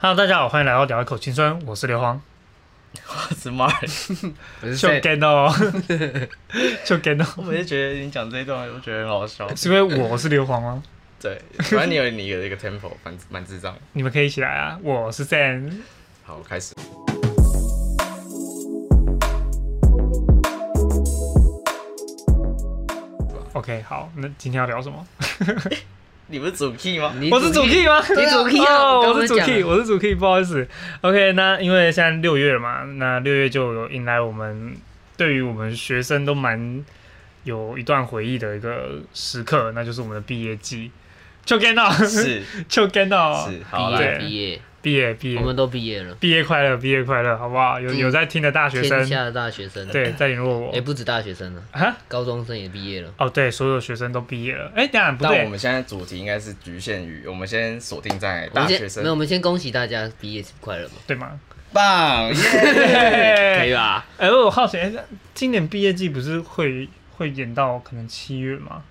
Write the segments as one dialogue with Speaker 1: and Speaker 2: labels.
Speaker 1: Hello，大家好，欢迎来到聊一口青春，我是刘荒，
Speaker 2: 我是 Mark，
Speaker 3: 我是
Speaker 1: 就
Speaker 3: Sam，
Speaker 1: 干哦， 就干哦，
Speaker 2: 我每次觉得你讲这一段，我觉得很好笑。
Speaker 1: 是因为我是刘荒吗？
Speaker 2: 对，反正你有你有一个 tempo，蛮蛮智障。
Speaker 1: 你们可以一起来啊！我是 Sam，
Speaker 2: 好，我开始。
Speaker 1: OK，好，那今天要聊什么？
Speaker 2: 你不是主 key 吗？
Speaker 3: 你
Speaker 1: 我是主 key 吗？
Speaker 3: 你主 key 啊
Speaker 1: 哦
Speaker 3: 我刚
Speaker 1: 我
Speaker 3: 刚
Speaker 1: 是主
Speaker 3: 讲
Speaker 1: key，
Speaker 3: 了
Speaker 1: 我是主 key，不好意思。OK，那因为现在六月了嘛，那六月就有迎来我们对于我们学生都蛮有一段回忆的一个时刻，那就是我们的毕业季。就干到，
Speaker 2: 是
Speaker 1: 就干到，
Speaker 2: 是，好
Speaker 3: 毕
Speaker 2: 来
Speaker 3: 业
Speaker 1: 对
Speaker 3: 毕业，
Speaker 1: 毕业毕业，
Speaker 3: 我们都毕业了，
Speaker 1: 毕业快乐，毕业快乐，好不好？有有在听的大学
Speaker 3: 天
Speaker 1: 生，
Speaker 3: 嗯下的大学生，，
Speaker 1: 对，再联络我
Speaker 3: 也不止大学生了，
Speaker 1: 啊。
Speaker 3: 高中生也毕业了，
Speaker 1: 哦，对，所有学生都毕业了。哎，当然不
Speaker 2: 但我
Speaker 1: 对，
Speaker 2: 们现在主题应该是局限于，我们先锁定在
Speaker 3: 我
Speaker 2: 大
Speaker 3: 们
Speaker 2: 学
Speaker 3: 先没
Speaker 2: 生。
Speaker 3: 有，我们先恭喜大家毕业快乐嘛，
Speaker 1: 对吗？
Speaker 2: 棒， 耶！
Speaker 3: 可
Speaker 1: 哎，
Speaker 3: 以吧？
Speaker 1: 我好奇，哎今年毕业季不是会会演到可能七月吗？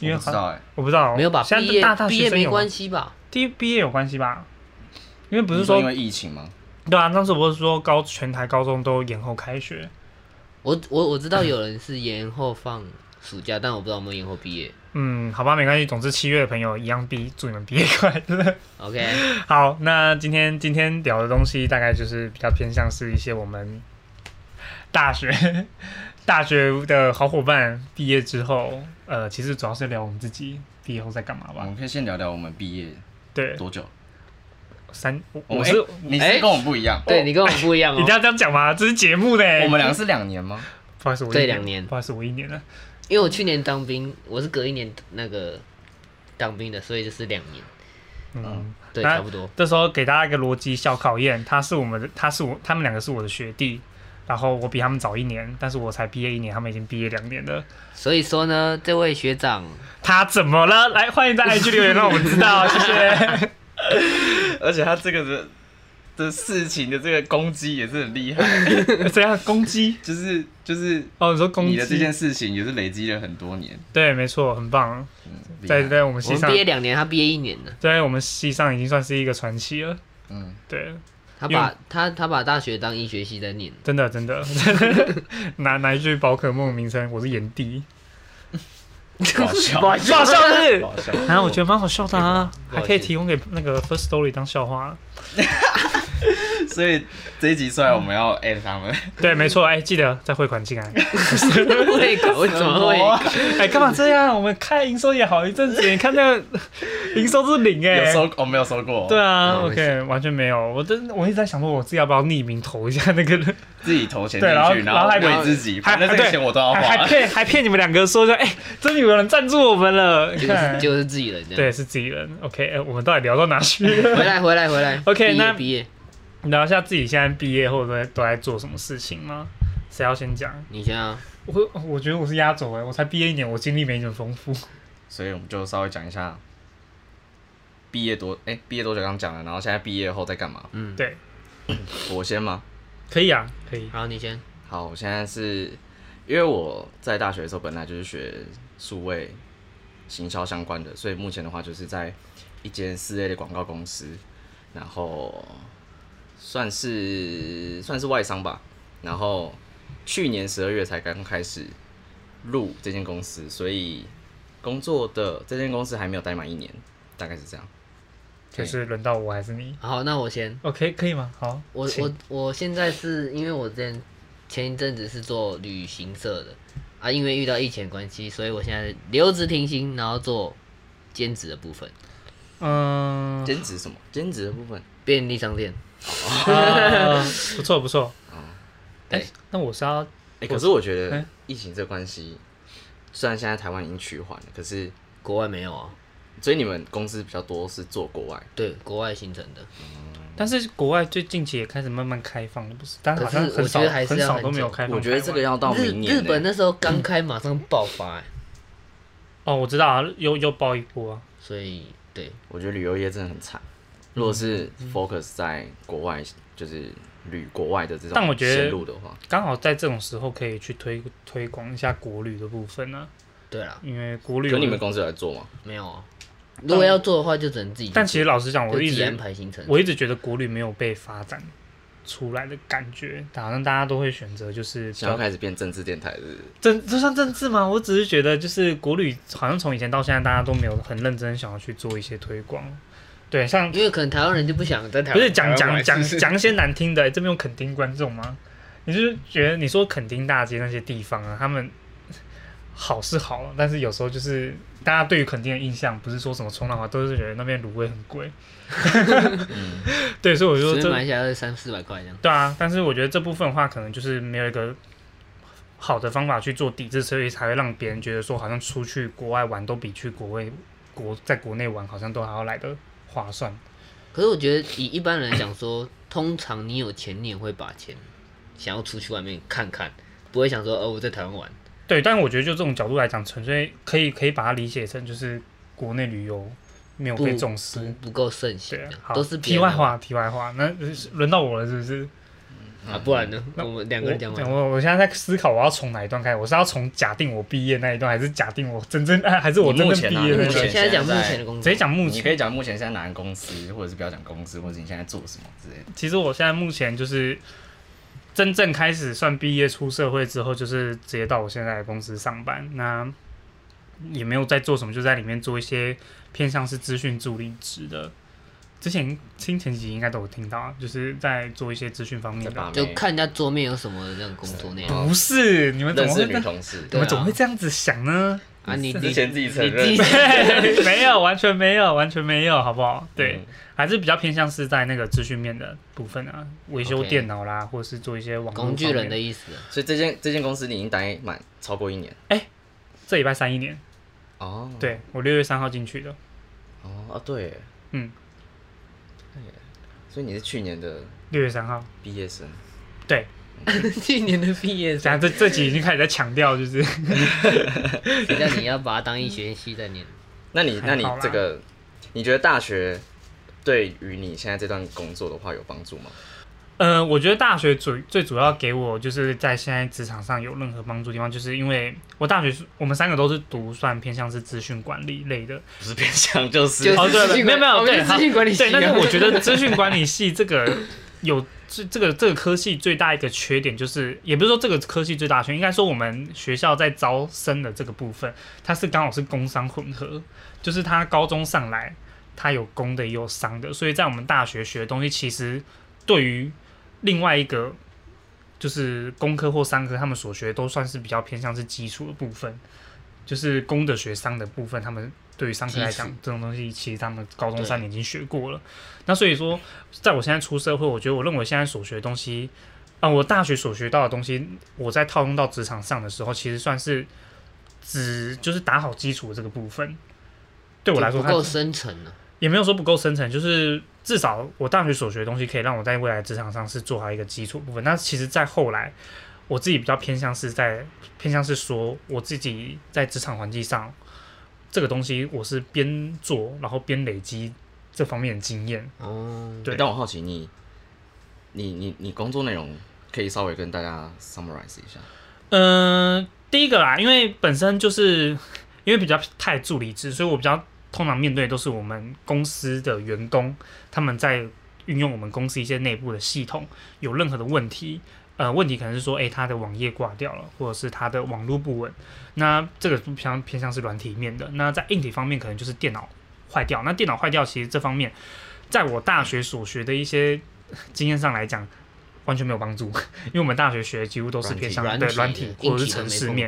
Speaker 1: 因为
Speaker 2: 我
Speaker 1: 好
Speaker 2: 不知道哎，
Speaker 1: 我不知道，
Speaker 3: 没有吧？
Speaker 1: 现
Speaker 3: 毕
Speaker 1: 在
Speaker 3: 业
Speaker 1: 大大
Speaker 3: 毕业没关
Speaker 1: 系，
Speaker 3: 系吧？
Speaker 1: 第一毕业有关系吧？因为不
Speaker 2: 你
Speaker 1: 是
Speaker 2: 说
Speaker 1: 说
Speaker 2: 因为疫情吗？
Speaker 1: 对啊，当时我是说高全台高中都延后开学，
Speaker 3: 我我我知道有人是延后放暑假，但我不知道有没有延后毕业。
Speaker 1: 嗯，好吧，没关系。总之七月的朋友一样毕，祝你们毕业快乐。
Speaker 3: OK，
Speaker 1: 好，那今天今天聊的东西大概就是比较偏向是一些我们大学 大学的好伙伴毕业之后，呃，其实主要是聊我们自己毕业后在干嘛
Speaker 2: 我
Speaker 1: 吧。
Speaker 2: 们可以先聊聊我们毕业
Speaker 1: 对，
Speaker 2: 多久。
Speaker 1: 三，我
Speaker 2: 我
Speaker 1: 我
Speaker 2: 们
Speaker 1: 是、
Speaker 2: 哎你
Speaker 3: 哎
Speaker 2: 是跟我们不一样，
Speaker 3: 对你跟我们不一样
Speaker 1: 一定
Speaker 3: 哦，
Speaker 1: 要这样讲吗？这是节目的、
Speaker 2: 我们俩是两年吗？
Speaker 1: 不好意思，我一
Speaker 3: 对两年
Speaker 1: 不好意思，我一年了。
Speaker 3: 因为我去年当兵，我是隔一年那个当兵的，所以就是两年，
Speaker 1: 嗯，
Speaker 3: 对，
Speaker 1: 那
Speaker 3: 差不多。
Speaker 1: 这时候给大家一个逻辑小考验，他是我们的，他是我，他们两个是我的学弟。然后我比他们早一年，但是我才毕业一年，他们已经毕业两年了。
Speaker 3: 所以说呢，这位学长，
Speaker 1: 他怎么了？来，欢迎 在 IG 留言，让我们知道，谢谢。
Speaker 2: 而且他这个的的事情的这个攻击也是很厉害，
Speaker 1: 怎样攻击？
Speaker 2: 就是就是
Speaker 1: 哦，你说攻
Speaker 2: 你
Speaker 1: 击
Speaker 2: 的这件事情也是累积了很多年，
Speaker 1: 对，没错，很棒。
Speaker 2: 嗯，
Speaker 1: 在
Speaker 2: 对，
Speaker 1: 在我们
Speaker 3: 我
Speaker 1: 系
Speaker 3: 们
Speaker 1: 上
Speaker 3: 毕，业两年，他毕业一年呢。
Speaker 1: 在我们系上已经算是一个传奇了。
Speaker 2: 嗯，
Speaker 1: 对，
Speaker 3: 他
Speaker 1: 因为
Speaker 3: 把他他把大学当医学系在 念，
Speaker 1: 真的真的，拿拿一句宝可梦的名称，我是炎帝。
Speaker 2: 不好笑，
Speaker 3: 好
Speaker 1: 不好笑是不是
Speaker 2: 不好笑，
Speaker 1: 然后我觉得蛮好笑的啊，
Speaker 3: 不
Speaker 1: 还
Speaker 3: 好意思
Speaker 1: 可以提供给那个 First Story 当笑话。
Speaker 2: 所以这一集出来我们要艾特 他们，
Speaker 1: 对，没错，哎，记得再汇款进来。
Speaker 3: 会搞为什 么会？
Speaker 1: 哎，干嘛这样？我们开营收也好一阵子，你看那个营收是零
Speaker 2: 有
Speaker 1: 哎。
Speaker 2: 收，我哦没有收过，
Speaker 1: 对，啊
Speaker 3: 嗯
Speaker 1: ，OK，完全没有。我真我一直在想说，我自己要不要匿名投一下 那个人。
Speaker 2: 自己投钱进
Speaker 1: 对然后
Speaker 2: 去，
Speaker 1: 然后
Speaker 2: 然
Speaker 1: 还
Speaker 2: 为自己，反正这
Speaker 1: 对
Speaker 2: 个钱我都要
Speaker 1: 还还
Speaker 2: 花，
Speaker 1: 骗还骗你们两个说说，哎、真的有人赞助我们了，你
Speaker 3: 就 是
Speaker 1: 看，
Speaker 3: 就是自己人这样。
Speaker 1: 对，是自己人。OK，哎、我们到底聊到哪 去了？
Speaker 3: 回来回来回来
Speaker 1: OK，
Speaker 3: 毕业
Speaker 1: 那
Speaker 3: 毕业，
Speaker 1: 聊一下自己现在毕业后都在都在做什么事情吗？谁要先讲？
Speaker 3: 你先啊，
Speaker 1: 我我觉得我是压轴哎，我才毕业一年，我经历没你们丰富。
Speaker 2: 所以我们就稍微讲一下毕业多，哎，毕业多久刚讲了，然后现在毕业后在干嘛？
Speaker 3: 嗯，
Speaker 1: 对，
Speaker 2: 我先吗？
Speaker 1: 可以啊，可以。
Speaker 3: 好，你先。
Speaker 2: 好，我现在是因为我在大学的时候本来就是学数位行销相关的，所以目前的话就是在一间四 A 的广告公司，然后算是算是外商吧，然后去年十二月才刚开始入这间公司，所以工作的这间公司还没有待满一年，大概是这样。
Speaker 1: 就是轮到我还是你
Speaker 3: 好，那我先。
Speaker 1: ？OK，可以吗？好，
Speaker 3: 我
Speaker 1: 请
Speaker 3: 我我现在是因为我之前前一阵子是做旅行社的啊，因为遇到疫情的关系，所以我现在留职停薪，然后做兼职的部分，
Speaker 1: 嗯、
Speaker 2: 兼职什么？兼职的部分，
Speaker 3: 便利商店。
Speaker 1: 啊不错不错。
Speaker 3: 啊
Speaker 1: 哎、
Speaker 3: 对
Speaker 1: 那我是要
Speaker 2: 哎、可是我觉
Speaker 1: 哎
Speaker 2: 得疫情这关系，虽然现在台湾已经趋缓了，可是。
Speaker 3: 国外没有啊？
Speaker 2: 所以你们公司比较多是做国外，
Speaker 3: 对，国外形成的。
Speaker 1: 但是国外最近期也开始慢慢开放了，不是？但好
Speaker 3: 可是
Speaker 1: 像很
Speaker 3: 我
Speaker 1: 少
Speaker 3: 觉得还是
Speaker 1: 很
Speaker 3: 要
Speaker 1: 少
Speaker 3: 很
Speaker 1: 都没有
Speaker 3: 久
Speaker 1: 开放台湾。
Speaker 2: 我觉得这个要到
Speaker 3: 日
Speaker 2: 明年
Speaker 3: 日
Speaker 2: 呢、
Speaker 3: 本那时候刚开，马上爆发、欸，
Speaker 1: 哦，我知道啊，又又爆一波啊。
Speaker 3: 所以对，
Speaker 2: 我觉得旅游业真的很惨。如果是 focus 在国外，就是旅国外的这
Speaker 1: 但我
Speaker 2: 种
Speaker 1: 觉得
Speaker 2: 线路的话，
Speaker 1: 刚好在这种时候可以去推推广一下国旅的部分呢、
Speaker 3: 对啦，
Speaker 1: 因为国旅
Speaker 2: 可你们公司有在做吗？
Speaker 3: 没有啊，如果要做的话，就只能自己去做。
Speaker 1: 但其实老实讲，我
Speaker 3: 就
Speaker 1: 一
Speaker 3: 自己
Speaker 1: 直
Speaker 3: 安排行程。
Speaker 1: 我一直觉得国旅没有被发展出来的感觉，好像大家都会选择就是比
Speaker 2: 想要
Speaker 1: 较
Speaker 2: 开始变政治电台是不是
Speaker 1: 政，这算政治吗？我只是觉得就是国旅好像从以前到现在，大家都没有很认真想要去做一些推广。对，像
Speaker 3: 因为可能台湾人就不想在台湾
Speaker 1: 不是讲
Speaker 3: 台湾
Speaker 1: 讲
Speaker 3: 玩
Speaker 1: 讲
Speaker 3: 是不是
Speaker 1: 讲一些难听的、这边有垦丁观众吗？你就是觉得你说垦丁大街那些地方啊，他们好是好，但是有时候就是大家对于垦丁的印象，不是说什么冲浪啊，都是觉得那边卤味很贵。 对，所以我就
Speaker 3: 随
Speaker 1: 说这
Speaker 3: 便买一下三四百块这样。
Speaker 1: 对啊，但是我觉得这部分的话，可能就是没有一个好的方法去做抵制，所以才会让别人觉得说，好像出去国外玩都比去国外国在国内玩好像都还要来的划算。
Speaker 3: 可是我觉得以一般人来讲说，通常你有钱，你也会把钱想要出去外面看看，不会想说哦我在台湾玩。
Speaker 1: 对，但我觉得就这种角度来讲，纯粹可以可以把它理解成就是国内旅游没有
Speaker 3: 不
Speaker 1: 被重
Speaker 2: 嗯
Speaker 1: 视。
Speaker 3: 不不够盛行
Speaker 1: 对啊
Speaker 3: 这样，
Speaker 1: 好，
Speaker 3: 都是别
Speaker 1: 题
Speaker 3: 人
Speaker 1: 外话，题外话，那就是轮到我了，是不是？
Speaker 3: 啊，不然呢？我们两个人讲
Speaker 1: 我
Speaker 3: 完，
Speaker 1: 我我现在在思考我要从哪一段开始，我是要从假定我毕业那一段，还是假定我真正、啊还是我
Speaker 2: 你
Speaker 1: 真
Speaker 2: 目
Speaker 1: 正
Speaker 2: 前啊
Speaker 1: 毕业
Speaker 2: 你
Speaker 1: 那
Speaker 2: 目
Speaker 1: 一
Speaker 2: 前
Speaker 1: 段？
Speaker 3: 现在讲目
Speaker 2: 现在
Speaker 3: 前的工
Speaker 1: 直
Speaker 3: 作
Speaker 1: 接，讲目
Speaker 2: 你
Speaker 1: 前
Speaker 2: 可。以讲目前现在哪个公司，或者是不要讲公司，或者是你现在做什么之类的。
Speaker 1: 其实我现在目前就是真正开始算毕业出社会之后，就是直接到我现在的公司上班。那也没有在做什么，就在里面做一些偏向是资讯助理职的。之前听前几集应该都有听到啊，就是在做一些资讯方面
Speaker 2: 在
Speaker 1: 的。
Speaker 2: 把
Speaker 3: 就看人家桌面有什么那种工作内容
Speaker 1: 不是，你们怎
Speaker 2: 认
Speaker 1: 么
Speaker 2: 识
Speaker 1: 会
Speaker 2: 女
Speaker 1: 这？
Speaker 2: 同事，
Speaker 1: 你
Speaker 3: 对啊
Speaker 1: 们怎么会这样子想呢？
Speaker 3: 啊。你
Speaker 2: 之
Speaker 3: 你
Speaker 2: 前自己承
Speaker 3: 你
Speaker 2: 认
Speaker 3: 第一，
Speaker 1: 没有，完全没有，完全没有，好不好？对，
Speaker 2: 嗯
Speaker 1: 还是比较偏向是在那个资讯面的部分啊，维修
Speaker 3: OK
Speaker 1: 电脑啦，或是做一些网络
Speaker 3: 工具
Speaker 1: 方面
Speaker 3: 人的意思，
Speaker 2: 所以这间这间公司你已经待满超过一年
Speaker 1: 这礼拜三一年，
Speaker 2: 哦。
Speaker 1: 对我六月三号进去的，
Speaker 2: 哦啊对耶，
Speaker 1: 嗯，
Speaker 2: 对耶，所以你是去年的
Speaker 1: 六月三号。
Speaker 2: 毕业生，
Speaker 1: 对，
Speaker 3: 去年的毕业
Speaker 1: 这
Speaker 3: 生，
Speaker 1: 样这这集已经开始在强调，就是
Speaker 3: 谁叫你要把它当医学院系在念？
Speaker 2: 那你那
Speaker 1: 还
Speaker 2: 你
Speaker 1: 好啦
Speaker 2: 这个，你觉得大学对于你现在这段工作的话有帮助吗？
Speaker 1: 呃，我觉得大学主最主要给我就是在现在职场上有任何帮助的地方，就是因为我大学是我们三个都是读算偏向是资讯管理类的，
Speaker 2: 不是偏向就是
Speaker 3: 就是
Speaker 1: 哦对
Speaker 3: 资讯
Speaker 1: 没有没有
Speaker 3: 管
Speaker 1: 对
Speaker 3: 我们是
Speaker 1: 好
Speaker 3: 资讯管理系
Speaker 1: 对，
Speaker 3: 啊，
Speaker 1: 但是我觉得资讯管理系这个有这这个这个科系最大一个缺点就是，也不是说这个科系最大的缺点，应该说我们学校在招生的这个部分，它是刚好是工商混合，就是它高中上来，它有工的也有商的，所以在我们大学学的东西，其实对于另外一个就是工科或商科，他们所学都算是比较偏向是基础的部分，就是工的学商的部分，他们对于商科来讲
Speaker 3: 基，
Speaker 1: 这种东西其实他们高中
Speaker 3: 对
Speaker 1: 三年已经学过了。那所以说，在我现在出社会，我觉得我认为现在所学的东西，啊、我大学所学到的东西，我在套用到职场上的时候，其实算是只就是打好基础的这个部分。对我来说，
Speaker 3: 不
Speaker 1: 它
Speaker 3: 够深啊层了。
Speaker 1: 也没有说不够深层，就是至少我大学所学的东西可以让我在未来职场上是做好一个基础部分。那其实，在后来，我自己比较偏向是在偏向是说我自己在职场环境上这个东西，我是边做然后边累积这方面的经验。
Speaker 3: 哦，
Speaker 1: 对
Speaker 2: 但我好奇你，你你你工作内容可以稍微跟大家 summarize 一下。
Speaker 1: 嗯、第一个啦，因为本身就是因为比较太助理制，所以我比较通常面对都是我们公司的员工，他们在运用我们公司一些内部的系统，有任何的问题，呃，问题可能是说，诶，他的网页挂掉了，或者是他的网络不稳，那这个偏向偏向是软体面的。那在硬体方面，可能就是电脑坏掉。那电脑坏掉，其实这方面，在我大学所学的一些经验上来讲。完全没有帮助，因为我们大学学的几乎都是偏向
Speaker 3: 软
Speaker 1: 对
Speaker 3: 体
Speaker 1: 软体或者是城市面，，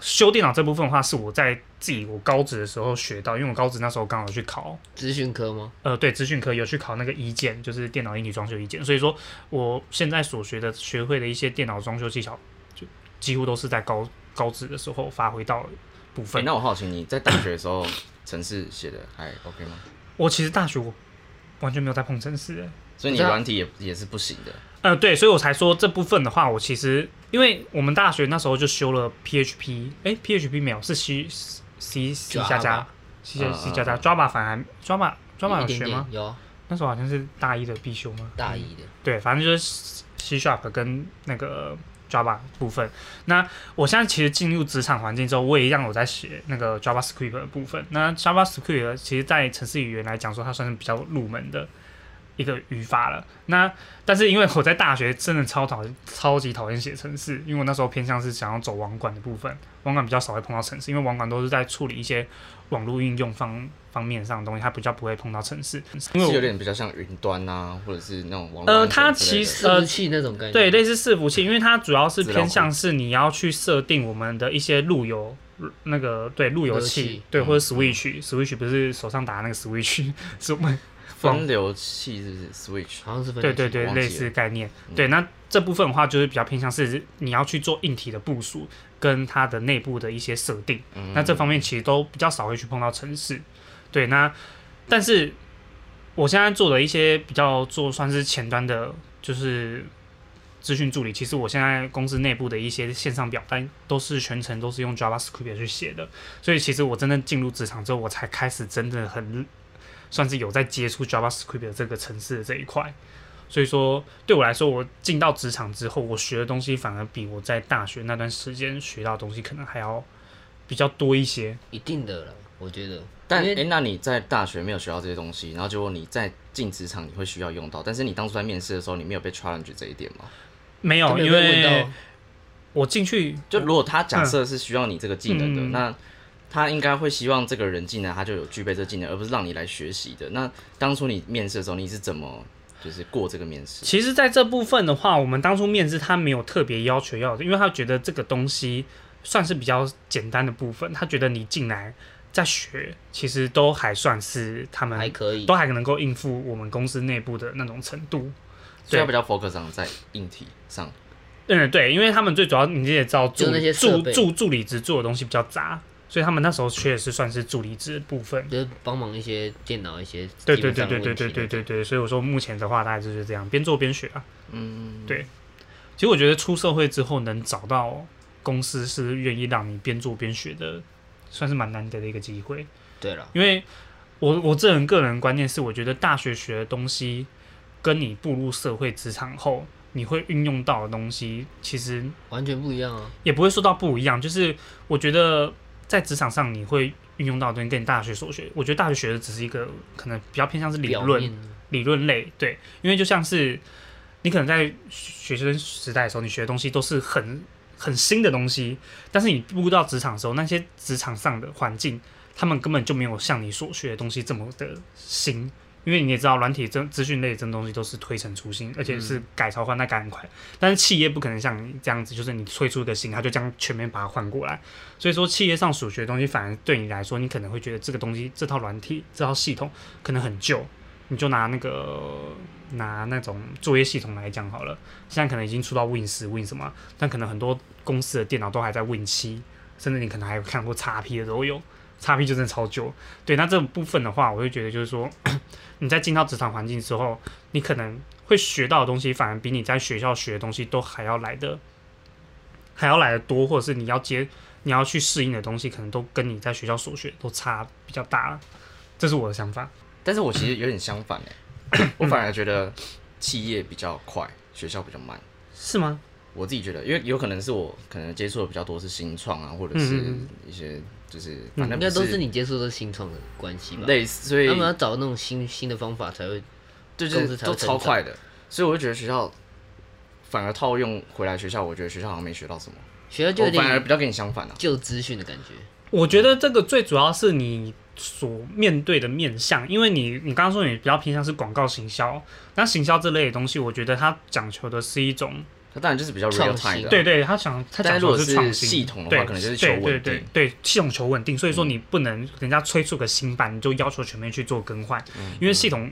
Speaker 1: 修电脑这部分的话，是我在自己我高职的时候学到，因为我高职那时候刚好去考，
Speaker 3: 资讯科吗？
Speaker 1: 呃，对，资讯科有去考那个一建，就是电脑硬体装修一建，所以说我现在所学的学会的一些电脑装修技巧，就几乎都是在高高职的时候发挥到的部
Speaker 2: 哎、
Speaker 1: 分。
Speaker 2: 那我好奇你在大学的时候城市写的还 OK 吗？
Speaker 1: 我其实大学我完全没有在碰程式、欸
Speaker 2: 所以你
Speaker 3: 不是啊
Speaker 2: 软体也也是不行的。
Speaker 1: 呃，对，所以我才说这部分的话，我其实因为我们大学那时候就修了 PHP，哎，PHP 没有，是 C C C 加加
Speaker 3: Java
Speaker 1: C 加
Speaker 2: 嗯
Speaker 1: C 加加 Java 反而 Java Java 有
Speaker 3: 一点
Speaker 1: 学
Speaker 3: 点
Speaker 1: 吗？
Speaker 3: 有
Speaker 1: 那时候好像是大一的必修吗？嗯
Speaker 3: 大一的，
Speaker 1: 对，反正就是 C sharp 跟那个 Java 部分。那我现在其实进入职场环境之后，我也一样我在学那个 JavaScript 的部分。那 JavaScript 其实，在程式语言来讲说，它算是比较入门的一个语法了。那但是因为我在大学真的超讨厌，超级讨厌写程式，因为我那时候偏向是想要走网管的部分，网管比较少会碰到程式，因为网管都是在处理一些网络运用方方面上的东西，它比较不会碰到程式。因为
Speaker 2: 是
Speaker 1: 我
Speaker 2: 有点比较像云端啊，或者是那种网络
Speaker 1: 呃
Speaker 2: 安全
Speaker 1: 它
Speaker 2: 之类
Speaker 1: 其
Speaker 2: 的
Speaker 1: 实
Speaker 3: 服器那种感觉。
Speaker 1: 呃对，类似伺服器，因为它主要是偏向是你要去设定我们的一些路由，那个对路由
Speaker 3: 路由
Speaker 1: 器
Speaker 3: 器，
Speaker 1: 对
Speaker 2: 嗯
Speaker 1: 或者 switch，switch 不是手上打那个 switch，是 我们
Speaker 2: 分流器是不是 Switch，
Speaker 3: 好像是分
Speaker 1: 对
Speaker 3: 析
Speaker 1: 对对
Speaker 2: 忘记
Speaker 1: 类
Speaker 2: 了
Speaker 1: 似概念。
Speaker 2: 嗯
Speaker 1: 对，那这部分的话就是比较偏向是你要去做硬体的部署跟它的内部的一些设定。
Speaker 2: 嗯
Speaker 1: 那这方面其实都比较少会去碰到城市。对，那但是我现在做的一些比较做算是前端的，就是资讯助理。其实我现在公司内部的一些线上表单都是全程都是用 JavaScript 去写的，所以其实我真正进入职场之后，我才开始真的很算是有在接触 JavaScript 的这个城市的这一块。所以说，对我来说，我进到职场之后，我学的东西反而比我在大学那段时间学到的东西可能还要比较多一些。
Speaker 3: 一定的了，我觉得。
Speaker 2: 但
Speaker 3: 因
Speaker 2: 诶，
Speaker 3: 为
Speaker 2: 那你在大学没有学到这些东西，然后结果你在进职场你会需要用到，但是你当初在面试的时候，你没有被 challenge 这一点吗？
Speaker 1: 没
Speaker 3: 都
Speaker 1: 有，
Speaker 3: 没有
Speaker 1: 因
Speaker 3: 被问
Speaker 1: 为
Speaker 3: 到
Speaker 1: 我进去
Speaker 2: 就如果他假设是需要你这个技能的，
Speaker 1: 嗯
Speaker 2: 那他应该会希望这个人进来他就有具备这技能，而不是让你来学习的。那当初你面试的时候，你是怎么就是过这个面试？
Speaker 1: 其实在这部分的话，我们当初面试他没有特别要求要的，因为他觉得这个东西算是比较简单的部分，他觉得你进来再学，其实都还算是他
Speaker 3: 还
Speaker 1: 们
Speaker 3: 可以
Speaker 1: 都，还能够应付我们公司内部的那种程度。
Speaker 2: 所以他比较 focus on 在硬体上，
Speaker 1: 嗯，对，因为他们最主要你也知道助
Speaker 3: 就那些设
Speaker 1: 助
Speaker 3: 备
Speaker 1: 助助理职做的东西比较杂，所以他们那时候缺的是算是助理职的部分。
Speaker 3: 就是帮忙一些电脑一些
Speaker 1: 对
Speaker 3: 基
Speaker 1: 对对
Speaker 3: 本上的
Speaker 1: 对对
Speaker 3: 问
Speaker 1: 对
Speaker 3: 题
Speaker 1: 对对对，所以我说目前的话大概就是这样，边做边学啊。
Speaker 2: 嗯，
Speaker 1: 对其实我觉得出社会之后能找到公司是愿意让你边做边学的，算是蛮难得的一个机会。
Speaker 3: 对了，
Speaker 1: 因为我我这人个人观念是，我觉得大学学的东西跟你步入社会职场后你会运用到的东西，其实
Speaker 3: 完全不一样啊。
Speaker 1: 也不会说到不一样。就是我觉得在职场上你会运用到的东西，跟你大学所学，我觉得大学学的只是一个可能比较偏向是理
Speaker 3: 表
Speaker 1: 论
Speaker 3: 面，
Speaker 1: 理论类，对，因为就像是你可能在学生时代的时候，你学的东西都是很很新的东西，但是你步入到职场的时候，那些职场上的环境，他们根本就没有像你所学的东西这么的新。因为你也知道，软体这资讯类这种东西都是推陈出新，而且是改朝换代改很快。但是企业不可能像你这样子，就是你推出一个新，它就这样全面把它换过来。所以说，企业上所学的东西，反而对你来说，你可能会觉得这个东西、这套软体、这套系统可能很旧，你就拿那个拿那种作业系统来讲好了，现在可能已经出到 Win 十、Win 什么，啊但可能很多公司的电脑都还在 Win 七，甚至你可能还有看过 x P 的都有，x P 就真的超旧。对，那这种部分的话，我会觉得就是说， 你在进到职场环境之后，你可能会学到的东西，反而比你在学校学的东西都还要来的还要来的多，或者是你要接你要去适应的东西，可能都跟你在学校所学都差比较大了。这是我的想法。
Speaker 2: 但是我其实有点相反哎、我反而觉得企业比较快，学校比较慢。
Speaker 1: 是吗？
Speaker 2: 我自己觉得，因为有可能是我可能接触的比较多是新创啊，或者是
Speaker 1: 嗯
Speaker 2: 一些就是反正
Speaker 3: 嗯应
Speaker 2: 不
Speaker 3: 该都是你接触的新创的关系吧。
Speaker 2: 类似，所以
Speaker 3: 他们要找那种新新的方法才会
Speaker 2: 对
Speaker 3: 公
Speaker 2: 就是
Speaker 3: 司才
Speaker 2: 都
Speaker 3: 会
Speaker 2: 超
Speaker 3: 成长
Speaker 2: 快的，所以我就觉得学校反而套用回来学校，我觉得学校好像没学到什么，
Speaker 3: 学校就有
Speaker 2: 我哦反而
Speaker 3: 点
Speaker 2: 比较跟你相反啊。
Speaker 3: 旧资讯的感觉。
Speaker 1: 我觉得这个最主要是你所面对的面向，因为你你刚刚说你比较偏向是广告行销，那行销这类的东西，我觉得它讲求的是一种，
Speaker 2: 它当然就是比较
Speaker 3: 创
Speaker 2: real time
Speaker 3: 新
Speaker 2: 的啊，
Speaker 1: 对对，它讲它讲
Speaker 2: 但是如
Speaker 1: 求
Speaker 2: 果
Speaker 1: 的
Speaker 2: 是
Speaker 1: 创新
Speaker 2: 系统的话
Speaker 1: 对
Speaker 2: 可能就是求稳定
Speaker 1: 对对对对，系统求稳定，所以说你不能人家推出个新版，你就要求全面去做更换，
Speaker 2: 嗯
Speaker 1: 因为系统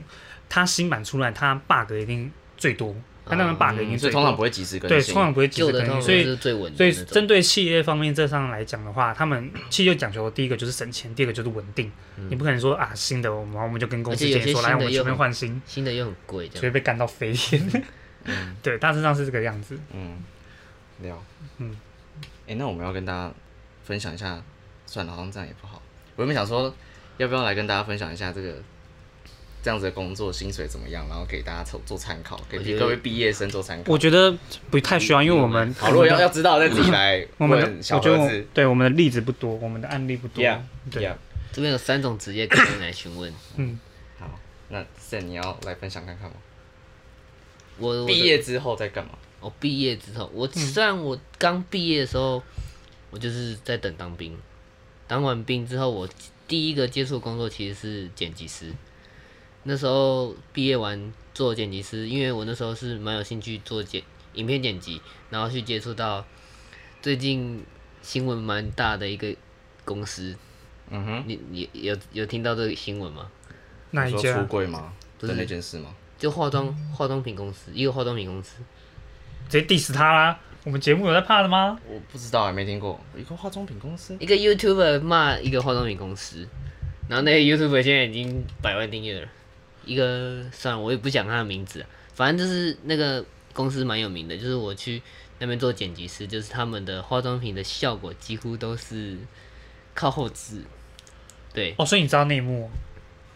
Speaker 1: 它新版出来，它 bug 一定最多，它那个 bug 一定
Speaker 2: 嗯，所
Speaker 1: 最多，
Speaker 2: 以通常不会及时更
Speaker 1: 对，
Speaker 2: 新啊
Speaker 1: 通。常不会及
Speaker 3: 旧
Speaker 1: 时
Speaker 3: 的
Speaker 1: 更
Speaker 3: 通
Speaker 1: 新，
Speaker 3: 常
Speaker 1: 所以
Speaker 3: 是最稳
Speaker 1: 所
Speaker 3: 的
Speaker 1: 以
Speaker 3: 嗯那种，
Speaker 1: 针对企业方面这上来讲的话，他们企业讲求的第一个就是省钱，第二个就是稳定。你不可能说啊新的，我们我们就跟公司
Speaker 3: 嗯而且有
Speaker 1: 建
Speaker 3: 些
Speaker 1: 议说来
Speaker 3: 新
Speaker 1: 我
Speaker 3: 的
Speaker 1: 们
Speaker 3: 又
Speaker 1: 全面换新，
Speaker 3: 新的又很贵，
Speaker 1: 就
Speaker 3: 这
Speaker 1: 会
Speaker 3: 样嗯
Speaker 1: 被干到飞天。 对，大致上是这个样子。
Speaker 2: 嗯，聊，
Speaker 1: 嗯
Speaker 2: 嗯，哎、那我们要跟大家分享一下，算了，好像这样也不好。我原本想说，要不要来跟大家分享一下这个这样子的工作薪水怎么样，然后给大家做做参考，
Speaker 3: 我
Speaker 2: 给
Speaker 3: 觉得
Speaker 2: 各位毕业生做参考
Speaker 1: 我。觉得不太需要，因为我们
Speaker 2: 好，如果要要知道，再自己来
Speaker 1: 我们的
Speaker 2: 问
Speaker 1: 我
Speaker 2: 小
Speaker 1: 觉得
Speaker 2: 盒
Speaker 1: 我
Speaker 2: 子。
Speaker 1: 对我们的例子不多，我们的案例不多。
Speaker 2: Yeah，
Speaker 1: 对
Speaker 2: yeah
Speaker 3: 这边有三种职业可以用来询问。
Speaker 1: 嗯，
Speaker 2: 好，那 Sam 你要来分享看看吗？
Speaker 3: 我我的
Speaker 2: 毕业之后在干嘛？
Speaker 3: 我毕业之后，我虽然我刚毕业的时候，我就是在等当兵，当完兵之后，我第一个接触工作其实是剪辑师。那时候毕业完做剪辑师，因为我那时候是蛮有兴趣做剪影片剪辑，然后去接触到最近新闻蛮大的一个公司，
Speaker 2: 嗯哼，
Speaker 3: 你你有有听到这个新闻吗？
Speaker 1: 那一
Speaker 2: 你说
Speaker 1: 家
Speaker 2: 出柜吗？
Speaker 3: 不
Speaker 2: 的
Speaker 3: 是
Speaker 2: 那件事吗？
Speaker 3: 就化妆化妆品公司，一个化妆品公司，
Speaker 1: 直接 diss 他啦。我们节目有在怕的吗？
Speaker 2: 我不知道，没听过。一个化妆品公司，
Speaker 3: 一个 YouTuber 骂一个化妆品公司，然后那个 YouTuber 现在已经百万订阅了。一个算了，我也不讲他的名字啊，反正就是那个公司蛮有名的，就是我去那边做剪辑师，就是他们的化妆品的效果几乎都是靠后置。对，
Speaker 1: 哦，所以你知道内 幕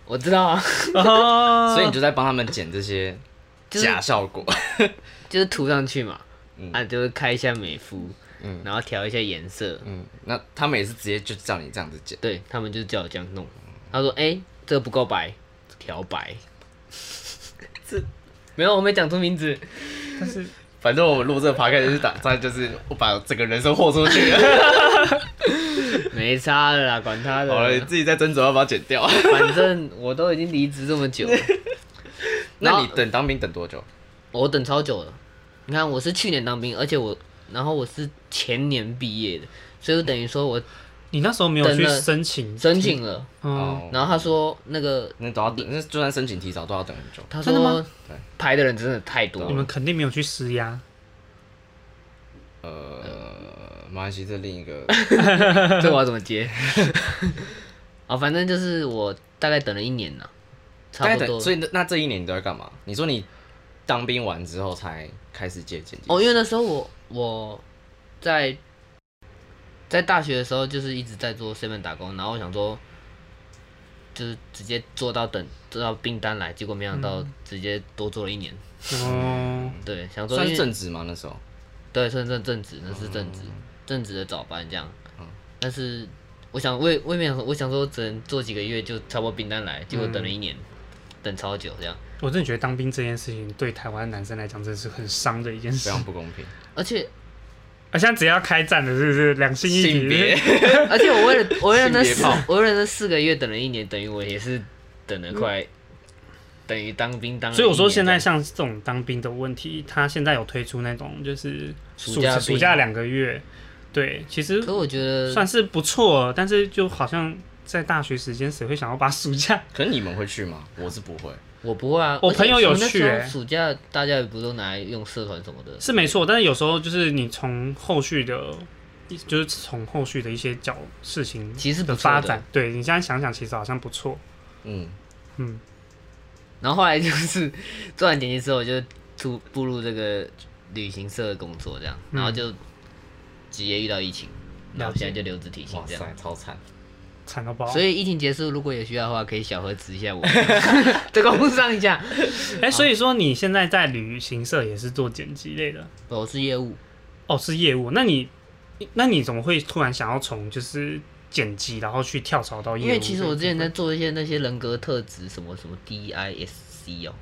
Speaker 3: 我知道啊，
Speaker 1: 哦，
Speaker 2: 所以你就在帮他们剪这些
Speaker 3: 嗯就是
Speaker 2: 假效果。
Speaker 3: 就是涂上去嘛，
Speaker 2: 嗯
Speaker 3: 啊，就会开一下美肤，
Speaker 2: 嗯
Speaker 3: 然后调一下颜色，
Speaker 2: 嗯， 那他们也是直接就叫你这样子剪。
Speaker 3: 对他们就叫我这样弄。他说：“哎、这个不够白，调白。
Speaker 2: 这”
Speaker 3: 没有，我没讲出 名字。
Speaker 1: 但是
Speaker 2: 反正我录这个 podcast 就是打算就是我把整个人生豁出 去了，
Speaker 3: 没差的啦，管他的
Speaker 2: 好了，你
Speaker 3: 啦。
Speaker 2: 自己再斟酌要不要剪 掉。
Speaker 3: 反正我都已经离职这么久了，
Speaker 2: 那你等当兵等多久？
Speaker 3: 我等超久了。你看，我是去年当兵，而且我，然后我是前年毕业的，所以我等于说我
Speaker 1: 你那时候没有去
Speaker 3: 等了
Speaker 1: 申请，
Speaker 3: 申请了。
Speaker 1: 嗯，
Speaker 2: 哦
Speaker 3: 然后他说那个，
Speaker 2: 那都要等，那就算申请提早都要等很久。
Speaker 3: 他
Speaker 1: 真的
Speaker 3: 说
Speaker 1: 吗
Speaker 3: 排的人真的太多
Speaker 1: 你们
Speaker 3: 了。
Speaker 1: 肯定没有去施压。
Speaker 2: 呃，马来西亚这另一个，
Speaker 3: 这我要怎么接？ 啊，反正就是我大概等了一年了，
Speaker 2: 大
Speaker 3: 差
Speaker 2: 概
Speaker 3: 不
Speaker 2: 等，
Speaker 3: 多。
Speaker 2: 所以那那这一年你都在干嘛？你说你当兵完之后才开始接剪辑
Speaker 3: 哦，因为那时候我我在在大学的时候就是一直在做 seven 打工，然后我想说就是直接做到等做到订单来，结果没想到
Speaker 2: 嗯
Speaker 3: 直接多做了一年。
Speaker 1: 哦，
Speaker 3: 对，想说
Speaker 2: 算
Speaker 3: 因
Speaker 2: 是
Speaker 3: 为
Speaker 2: 正职吗？那时候
Speaker 3: 对算正正职，那是正职、正职的早班这样
Speaker 2: 嗯。
Speaker 3: 但是我想我也我也没想说，我想说只能做几个月就差不多订单来，结果
Speaker 2: 嗯
Speaker 3: 等了一年，等超久这样。
Speaker 1: 我真的觉得当兵这件事情对台湾男生来讲真的是很伤的一件
Speaker 2: 非
Speaker 1: 事。
Speaker 2: 常不公平，
Speaker 3: 而且
Speaker 1: 啊，现在只要开战了，是不是？两性一
Speaker 2: 性别
Speaker 1: 体，
Speaker 3: 而且我为了我为了那
Speaker 2: 性别
Speaker 3: 四
Speaker 2: 炮
Speaker 3: 我为了那四个月等了一年，等于我也是等了快，等于当兵当了一年这
Speaker 1: 嗯所
Speaker 3: 样。
Speaker 1: 以我说现
Speaker 3: 嗯
Speaker 1: 在像这种当兵的问题，他现在有推出那种就是
Speaker 3: 暑
Speaker 1: 暑
Speaker 3: 假兵
Speaker 1: 暑假两个月，对，其实
Speaker 3: 可我觉得
Speaker 1: 算是不错，但是就好像在大学时间，谁会想要把暑假？
Speaker 2: 可是你们会去吗？我是不会。
Speaker 3: 我不会啊，
Speaker 1: 我朋友有
Speaker 3: 而且
Speaker 1: 去
Speaker 3: 那时
Speaker 1: 欸
Speaker 3: 候暑假大家也不都拿来用社团什么的，
Speaker 1: 是没错，但是有时候就是你从后续的，就是从后续的一些角事情
Speaker 3: 其实是不
Speaker 1: 的
Speaker 3: 错
Speaker 1: 发
Speaker 3: 的
Speaker 1: 展，对你现在想想，其实好像不错。
Speaker 2: 嗯，
Speaker 1: 嗯，
Speaker 3: 然后后来就是 做完剪辑之后，我就出步入这个旅行社的工作，这样，
Speaker 1: 嗯
Speaker 3: 然后就直接遇到疫情，然后现在就留职停薪
Speaker 2: 哇
Speaker 3: 这样。
Speaker 2: 塞，超惨。
Speaker 1: 惨到爆。
Speaker 3: 所以疫情结束，如果有需要的话，可以小核指一 下我， 这个工上一下。
Speaker 1: 哎、所以说你现在在旅行社也是做剪辑类的，
Speaker 3: 我是业务，
Speaker 1: 哦，是业务。那你，那你怎么会突然想要从就是剪辑，然后去跳槽到业务？
Speaker 3: 因为其实我之前在，做一些那些人格特质什么什么 DISC 哦，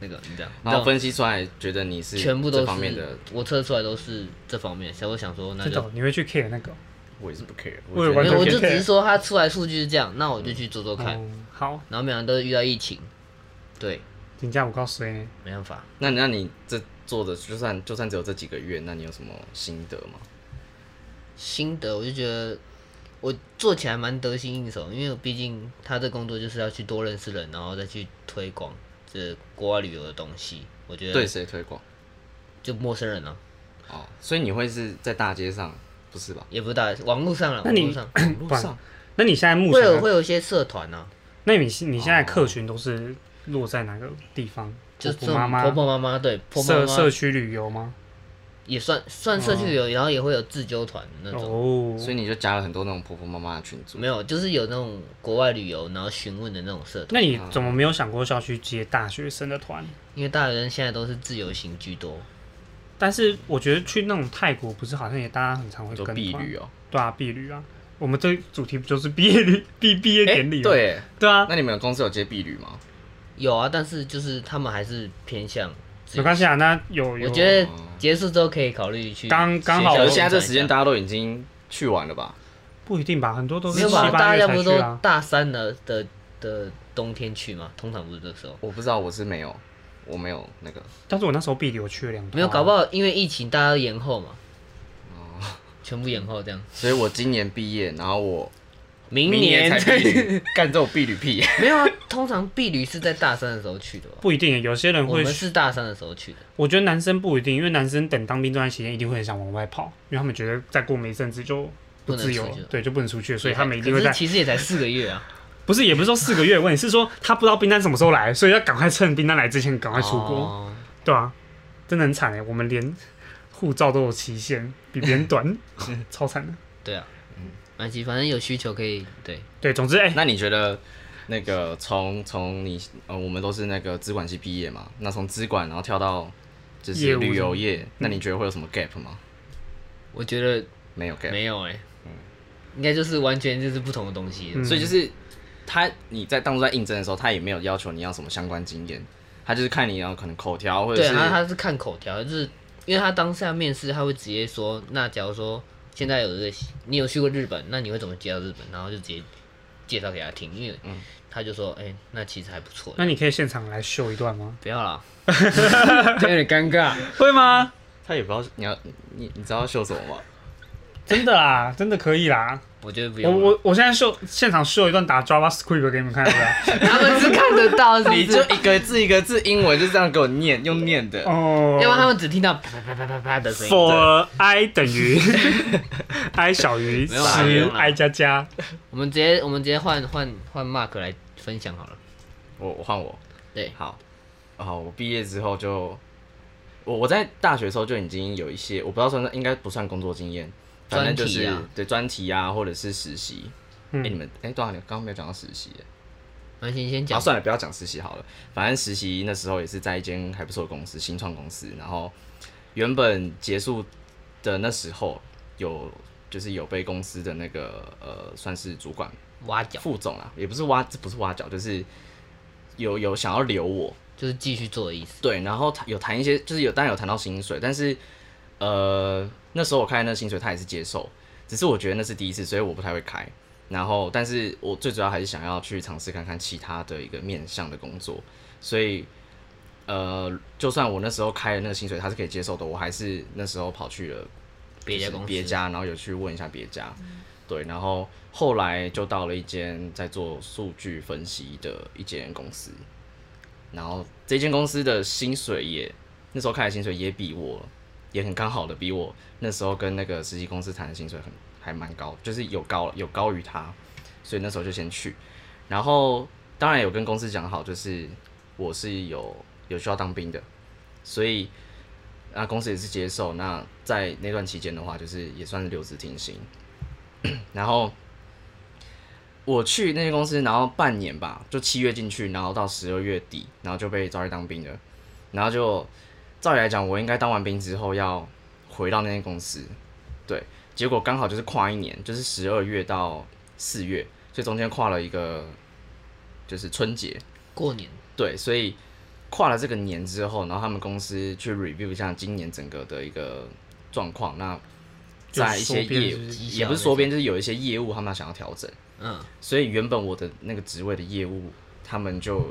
Speaker 3: 那个你知道，
Speaker 2: 然
Speaker 3: 你知
Speaker 2: 后
Speaker 3: 道
Speaker 2: 分析出来，觉得你是
Speaker 3: 全部都
Speaker 2: 这
Speaker 3: 是
Speaker 2: 方面的，
Speaker 3: 我测出来都是这方面，所以我想说那
Speaker 1: 真
Speaker 3: 就
Speaker 1: 的哦，你会去 care 那个哦？
Speaker 2: 我也是不 care。
Speaker 1: 我也
Speaker 2: 觉
Speaker 1: 完全
Speaker 2: 得
Speaker 3: 没有，我就
Speaker 1: 偏
Speaker 3: 只
Speaker 1: 偏
Speaker 3: 是说他出来数据是这样，那我
Speaker 2: 嗯
Speaker 3: 就去做做看。
Speaker 1: 哦好，
Speaker 3: 然后没想到遇到疫情，对，
Speaker 1: 评价我告诉你，
Speaker 3: 没办法，
Speaker 2: 那那你这做的，就算就算只有这几个月，那你有什么心得吗？
Speaker 3: 心得我就觉得我做起来蛮得心应手，因为毕竟他这工作就是要去多认识人，然后再去推广这国外旅游的东西。我觉得
Speaker 2: 对谁推广？
Speaker 3: 就陌生人啊，
Speaker 2: 哦，所以你会是在大街上，不是 吧？啊
Speaker 3: 也不大网络上了，
Speaker 1: 那
Speaker 3: 网
Speaker 1: 你
Speaker 3: 络上
Speaker 2: 路
Speaker 1: 不然
Speaker 2: 上
Speaker 1: 那你现在目
Speaker 3: 会
Speaker 1: 前
Speaker 3: 有
Speaker 1: 的，
Speaker 3: 会有一些社团啊，
Speaker 1: 那你你现在客群都是落在哪个地方？
Speaker 3: 就
Speaker 1: 婆
Speaker 3: 这
Speaker 1: 婆
Speaker 3: 种
Speaker 1: 妈妈
Speaker 3: 婆婆妈妈对婆婆
Speaker 1: 社
Speaker 3: 妈
Speaker 1: 社
Speaker 3: 妈
Speaker 1: 区旅游吗？
Speaker 3: 也算算社区旅游，然后也会有自救团那种。
Speaker 1: 哦，
Speaker 2: 所以你就加了很多那种婆婆妈妈的群组。
Speaker 3: 没有，就是有那种国外旅游，然后询问的那种社团，
Speaker 1: 那你怎么没有想过是要去接大学生的团？
Speaker 3: 因为大学生现在都是自由行居多，
Speaker 1: 但是我觉得去那种泰国不是好像也大家很常会
Speaker 2: 做
Speaker 1: 跟
Speaker 2: 避
Speaker 1: 团
Speaker 2: 旅哦，
Speaker 1: 对啊，毕旅啊。我们这主题不就是毕业旅 毕毕
Speaker 3: 哎
Speaker 1: 业典礼
Speaker 2: 诶
Speaker 1: 吗？
Speaker 2: 对耶，
Speaker 1: 对啊，
Speaker 2: 那你们公司有接避旅吗？
Speaker 3: 有啊，但是就是他们还是偏向
Speaker 1: 没
Speaker 3: 自由
Speaker 1: 关系啊。那有有，啊
Speaker 3: 我觉得结束之后可以考虑去
Speaker 1: 刚刚好
Speaker 3: 学
Speaker 1: 我
Speaker 2: 可
Speaker 3: 校
Speaker 2: 是现在这
Speaker 3: 宣传一下
Speaker 2: 时间大家都已经去完了吧？
Speaker 1: 不一定吧，很多都
Speaker 3: 没
Speaker 1: 是
Speaker 3: 有
Speaker 1: 七
Speaker 3: 吧？大
Speaker 1: 八
Speaker 3: 家
Speaker 1: 月
Speaker 3: 不
Speaker 1: 才
Speaker 3: 是
Speaker 1: 去
Speaker 3: 都
Speaker 1: 啊。
Speaker 3: 大三的的的冬天去吗？通常不是这个时候。
Speaker 2: 我不知道，我是没有，我没有那个。
Speaker 1: 但是我那时候毕旅我去了两趟，啊
Speaker 3: 没有，搞不好因为疫情，大家都延后嘛。
Speaker 1: 哦
Speaker 3: 全部延后这样，
Speaker 2: 所以我今年毕业，然后我
Speaker 3: 明
Speaker 2: 明年才避
Speaker 3: 对
Speaker 2: 旅， 干这种避旅屁。
Speaker 3: 没有啊。通常避旅是在大三的时候去的吧？
Speaker 1: 不一定，有些人
Speaker 3: 我
Speaker 1: 会
Speaker 3: 们，是大三的时候去的。
Speaker 1: 我觉得男生不一定，因为男生等当兵这段期间一定会很想往外跑，因为他们觉得再过没一阵子就
Speaker 3: 不能
Speaker 1: 自由
Speaker 3: 出
Speaker 1: 了
Speaker 3: 去了，
Speaker 1: 对，就不能出去了，所以
Speaker 3: 也
Speaker 1: 他
Speaker 3: 才
Speaker 1: 们一定会
Speaker 3: 可
Speaker 1: 在
Speaker 3: 是其实也才四个月 啊，
Speaker 1: 不是，也不是说四个月的问题，是说他不知道冰单什么时候来，所以要赶快趁冰单来之前赶快出国。
Speaker 3: 哦
Speaker 1: 对啊，真的很惨哎，我们连护照都有期限，比别人 短，超惨的。
Speaker 3: 对啊，嗯，没关系，反正有需求可以对。
Speaker 1: 对，总之哎、
Speaker 2: 那你觉得那个从从你呃，我们都是那个资管系毕业嘛？那从资管然后跳到就
Speaker 1: 业
Speaker 2: 是
Speaker 1: 务
Speaker 2: 旅游
Speaker 1: 是
Speaker 2: 业，那你觉得会有什么 gap 吗？
Speaker 3: 我觉得
Speaker 2: 没有 gap，
Speaker 3: 没有哎、
Speaker 2: 嗯
Speaker 3: 应该就是完全就是不同的东西了。
Speaker 1: 嗯
Speaker 2: 所以就是他你在当初在应征的时候，他也没有要求你要什么相关经验，他就是看你要可能口条或者
Speaker 3: 对，
Speaker 2: 是
Speaker 3: 他他是看口条，就是因为他当下面试，他会直接说，那假如说现在有一个你有去过日本，那你会怎么介绍日本？然后就直接介绍给他听，因为
Speaker 2: 嗯
Speaker 3: 他就说，哎、那其实还不错。
Speaker 1: 那你可以现场来秀一段吗？
Speaker 3: 不 要啦，这样有点尴尬。
Speaker 1: 会吗？
Speaker 2: 他也不要你要你你知道秀什么吗？
Speaker 1: 真的啦，真的可以啦。
Speaker 3: 我觉得不
Speaker 1: 我
Speaker 3: 用啦，
Speaker 1: 我我现在秀现场秀一段打 JavaScript 给你们看，要不要？
Speaker 3: 他们是看得到，是不？
Speaker 2: 你就是一个字一个字英文就这样给我念，用念的。
Speaker 1: 哦
Speaker 3: 要不然他们只听到啪啪啪啪啪啪的声音。
Speaker 2: 哦
Speaker 1: for i 等 于 i 小于
Speaker 3: 没有啦没
Speaker 1: 十
Speaker 3: 有啦
Speaker 1: i 加加，
Speaker 3: 我们直接我们直接换换换 Mark 来分享好了。
Speaker 2: 我我换我，
Speaker 3: 对
Speaker 2: 好，好，我毕业之后就，我我在大学的时候就已经有一些，我不知道算不算应该不算工作经验，反正就是、
Speaker 3: 专题啊
Speaker 2: 对专题啊，或者是实习。哎、
Speaker 1: 嗯
Speaker 2: 你们哎，多少年刚刚没有讲到实习耶，
Speaker 3: 蛮行，先
Speaker 2: 然
Speaker 3: 讲
Speaker 2: 后。算了，不要讲实习好了。反正实习那时候也是在一间还不错的公司，新创公司。然后原本结束的那时候有。就是有被公司的那个呃，算是主管
Speaker 3: 挖角
Speaker 2: 副总啊，也不是挖，这不是挖角，就是有有想要留我，
Speaker 3: 就是继续做的意思。
Speaker 2: 对，然后谈有谈一些，就是有当然有谈到薪水，但是呃那时候我开的那薪水他也是接受，只是我觉得那是第一次，所以我不太会开。然后，但是我最主要还是想要去尝试看看其他的一个面向的工作，所以呃，就算我那时候开的那个薪水他是可以接受的，我还是那时候跑去了
Speaker 3: 别家公司，
Speaker 2: 别家，然后有去问一下别家，对，然后后来就到了一间在做数据分析的一间公司，然后这间公司的薪水也那时候开的薪水也比我也很刚好的比我那时候跟那个实习公司谈的薪水很还蛮高，就是有高有高于他，所以那时候就先去，然后当然有跟公司讲好，就是我是有有需要当兵的，所以。那公司也是接受。那在那段期间的话，就是也算是留职停薪。 然后我去那些公司，然后半年吧，就七月进去，然后到十二月底，然后就被招去当兵了。然后就照理来讲，我应该当完兵之后要回到那间公司，对。结果刚好就是跨一年，就是十二月到四月，所以中间跨了一个就是春节，
Speaker 3: 过年
Speaker 2: 对，所以跨了这个年之后，然后他们公司去 review 一下今年整个的一个状况，那在一些
Speaker 1: 就缩编
Speaker 2: 业
Speaker 1: 是不
Speaker 3: 是
Speaker 2: 也不是缩编，就是有一些业务他们想要调整，
Speaker 3: 嗯，
Speaker 2: 所以原本我的那个职位的业务，他们就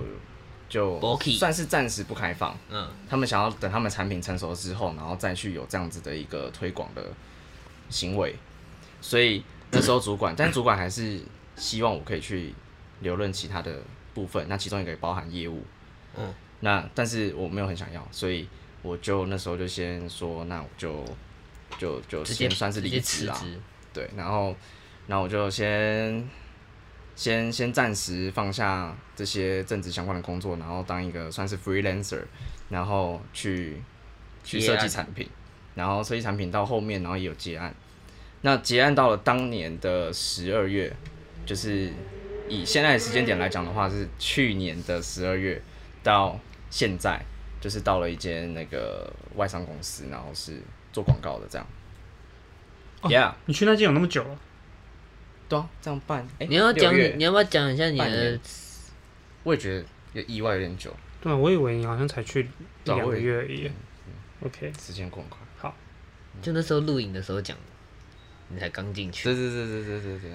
Speaker 2: 就
Speaker 3: Bulky
Speaker 2: 算是暂时不开放，
Speaker 3: 嗯，
Speaker 2: 他们想要等他们产品成熟之后，然后再去有这样子的一个推广的行为，所以那时候主管，但主管还是希望我可以去留任其他的部分，那其中一个也包含业务，
Speaker 3: 嗯，
Speaker 2: 那但是我没有很想要，所以我就那时候就先说，那我就就就
Speaker 3: 直接
Speaker 2: 先哦算是
Speaker 3: 直接
Speaker 2: 离
Speaker 3: 辞
Speaker 2: 职啊，
Speaker 3: 职，
Speaker 2: 对，然后，然后我就先先先暂时放下这些政治相关的工作，然后当一个算是 freelancer，然后去去
Speaker 3: 接
Speaker 2: 设
Speaker 3: 案
Speaker 2: 计产品，然后设计产品到后面，然后也有结案。那结案到了当年的十二月，就是以现在的时间点来讲的话，是去年的十二月到现在，就是到了一间那个外商公司，然后是做广告的这样。
Speaker 1: 哦
Speaker 2: yeah，
Speaker 1: 你去那间有那么久了？
Speaker 2: 对啊，这样办。哎
Speaker 3: 你要
Speaker 2: 六
Speaker 3: 讲
Speaker 2: 月
Speaker 3: 你要不要讲一下你
Speaker 2: 半
Speaker 3: 的
Speaker 2: 年？我也觉得有意外有点久，
Speaker 1: 对啊，我以为你好像才去一
Speaker 2: 对啊
Speaker 1: 两
Speaker 2: 我
Speaker 1: 个
Speaker 2: 也
Speaker 1: 月而已。OK，嗯
Speaker 2: 时间过很快。
Speaker 3: 就那时候录影的时候讲的，你才刚进去，
Speaker 2: 对对对对对对对。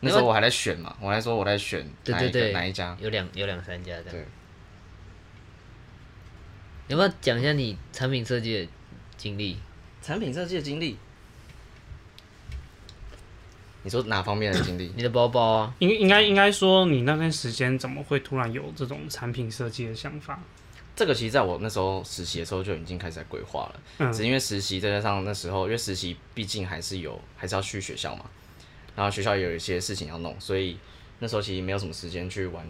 Speaker 2: 那时候我还在选嘛，我还说我在选
Speaker 3: 对
Speaker 2: 哪一
Speaker 3: 对
Speaker 2: 个
Speaker 3: 对，
Speaker 2: 哪一家。
Speaker 3: 有两有两三家这样。
Speaker 2: 对，
Speaker 3: 你要不要讲一下你产品设计的经历？
Speaker 2: 产品设计的经历，你说哪方面的经历？
Speaker 3: 你的包包啊，
Speaker 1: 应应该应该说你那段时间怎么会突然有这种产品设计的想法？
Speaker 2: 这个其实在我那时候实习的时候就已经开始在规划了，
Speaker 1: 嗯
Speaker 2: 只是因为实习再加上那时候，因为实习毕竟还是有还是要去学校嘛，然后学校也有一些事情要弄，所以那时候其实没有什么时间去玩，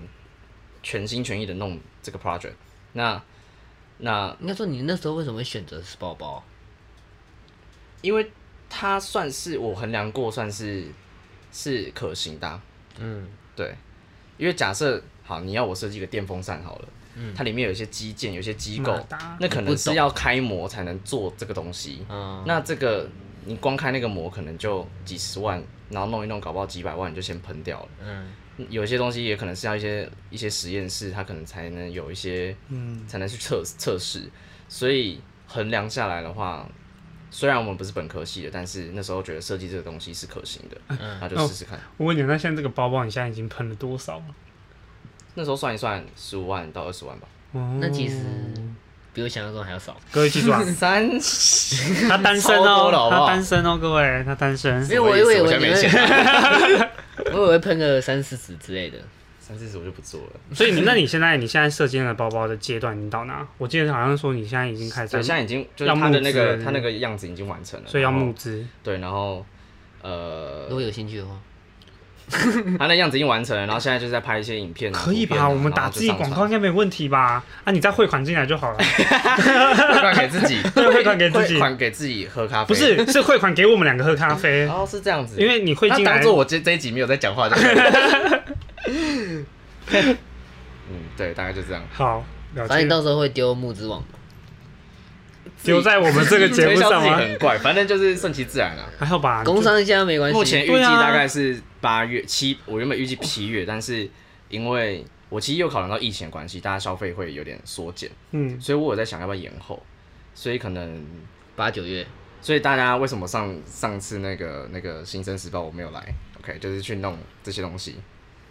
Speaker 2: 全心全意的弄这个 project。那那
Speaker 3: 应该说你那时候为什么会选择是包包？
Speaker 2: 因为它算是我衡量过，算是是可行的啊、
Speaker 3: 嗯，
Speaker 2: 对，因为假设好，你要我设计一个电风扇好了，它里面有一些基建，有一些机构
Speaker 1: 马，达
Speaker 2: 那可能
Speaker 3: 你不
Speaker 2: 是
Speaker 3: 懂
Speaker 2: 要开模才能做这个东西。
Speaker 3: 啊、
Speaker 2: 那这个你光开那个模可能就几十万，然后弄一弄，搞不好几百万你就先喷掉了。
Speaker 3: 嗯，
Speaker 2: 有一些东西也可能是要一些一些实验室，它可能才能有一些
Speaker 1: 嗯，
Speaker 2: 才能去测测试。所以衡量下来的话，虽然我们不是本科系的，但是那时候觉得设计这个东西是可行的，那就试试看。
Speaker 1: 我问你，那现在这个包包你现在已经喷了多少了？
Speaker 2: 那时候算一算，十五万到二十万吧。
Speaker 1: 哦
Speaker 3: 那其实比我想象中还要少。
Speaker 1: 各位记 住啊，
Speaker 2: 三，
Speaker 1: 他单身
Speaker 2: 超多了
Speaker 1: 哦，
Speaker 2: 好不
Speaker 1: 他
Speaker 2: 好
Speaker 1: 单身哦，各位，他单身
Speaker 3: 没。有，我以
Speaker 2: 什么
Speaker 3: 为
Speaker 2: 意思
Speaker 3: 我以
Speaker 2: 现在没
Speaker 3: 为你
Speaker 2: 钱，
Speaker 3: 会，我以为喷个三四十之类的。
Speaker 2: 三四十我就不做了。
Speaker 1: 所 以你那你现在你现在设计那个包包的阶段，你到哪？我记得好像说你现在已经开始
Speaker 2: 对，现
Speaker 1: 在，
Speaker 2: 在已经
Speaker 1: 嗯
Speaker 2: 就
Speaker 1: 要
Speaker 2: 是他的
Speaker 1: 募
Speaker 2: 那
Speaker 1: 资了
Speaker 2: 个
Speaker 1: 是
Speaker 2: 他那个样子已经完成了，
Speaker 1: 所以要
Speaker 2: 然后
Speaker 1: 募资。
Speaker 2: 对，然后
Speaker 3: 如
Speaker 2: 呃，
Speaker 3: 果有兴趣的话，
Speaker 2: 他那样子已经完成了，然后现在就是在拍一些影片啊，
Speaker 1: 可以
Speaker 2: 图片
Speaker 1: 吧？
Speaker 2: 啊
Speaker 1: 我们打自己广告，应该没问题吧？啊，你再汇款进来就好 了，
Speaker 2: 然后就上传汇款给自己，
Speaker 1: 对汇款给自己
Speaker 2: 汇款给自己喝咖
Speaker 1: 不
Speaker 2: 啡，
Speaker 1: 是是汇款给我们两个喝咖啡
Speaker 2: 然，后是这样子，
Speaker 1: 因为你汇
Speaker 2: 那
Speaker 1: 进来
Speaker 2: 当，做我这这一集没有在讲话就可以了， 嗯，对，大概就这样，
Speaker 1: 好了
Speaker 3: 反正
Speaker 1: 解
Speaker 3: 你，到时候会丢募资网嘛。
Speaker 1: 留在我们这个节目
Speaker 2: 推销
Speaker 1: 上
Speaker 2: 自己
Speaker 1: 吗？
Speaker 2: 很怪，反正就是顺其自然啊。
Speaker 1: 还好吧，
Speaker 3: 工商一下没关系。
Speaker 2: 目前预
Speaker 1: 对
Speaker 2: 计
Speaker 1: 啊
Speaker 2: 大概是八月七，我原本预计七月，但是因为我其实又考量到疫情的关系，大家消费会有点缩减，
Speaker 1: 嗯，
Speaker 2: 所以我有在想要不要延后，所以可能，
Speaker 3: 八九月，
Speaker 2: 所以大家为什么上上次那个那个《新生时报》我没有来？OK，就是去弄这些东西。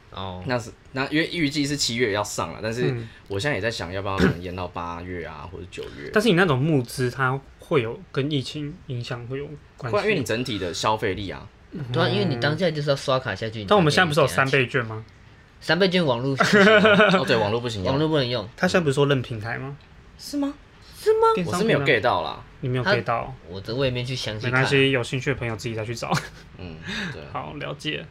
Speaker 3: 哦，
Speaker 2: 那是那因为预计是七月要上了，但是
Speaker 1: 嗯
Speaker 2: 我现在也在想要不要可能延到八月啊，或者九月。
Speaker 1: 但是你那种募资，它会有跟疫情影响会有关
Speaker 2: 不然因为你
Speaker 1: 系。
Speaker 2: 整体的消费 力啊，
Speaker 3: 对啊，因为你当下就是要刷卡下去。
Speaker 1: 但我们现在不是有
Speaker 3: 你才
Speaker 1: 三
Speaker 3: 可以点下去
Speaker 1: 倍券吗？
Speaker 3: 三倍券网 络
Speaker 2: 哦对，网络不行用，
Speaker 3: 网络不能用，
Speaker 1: 他现在不是说认平台吗？
Speaker 2: 是吗？
Speaker 1: 电
Speaker 2: 我
Speaker 1: 商啊
Speaker 2: 是没有
Speaker 1: 平台
Speaker 2: get 到啦，
Speaker 1: 你没有
Speaker 3: 他
Speaker 1: get 到，
Speaker 3: 我这我也没去详细
Speaker 1: 没关
Speaker 3: 看。
Speaker 1: 系，有兴趣的朋友自己再去 找。
Speaker 2: 嗯，对。
Speaker 1: 好，了解。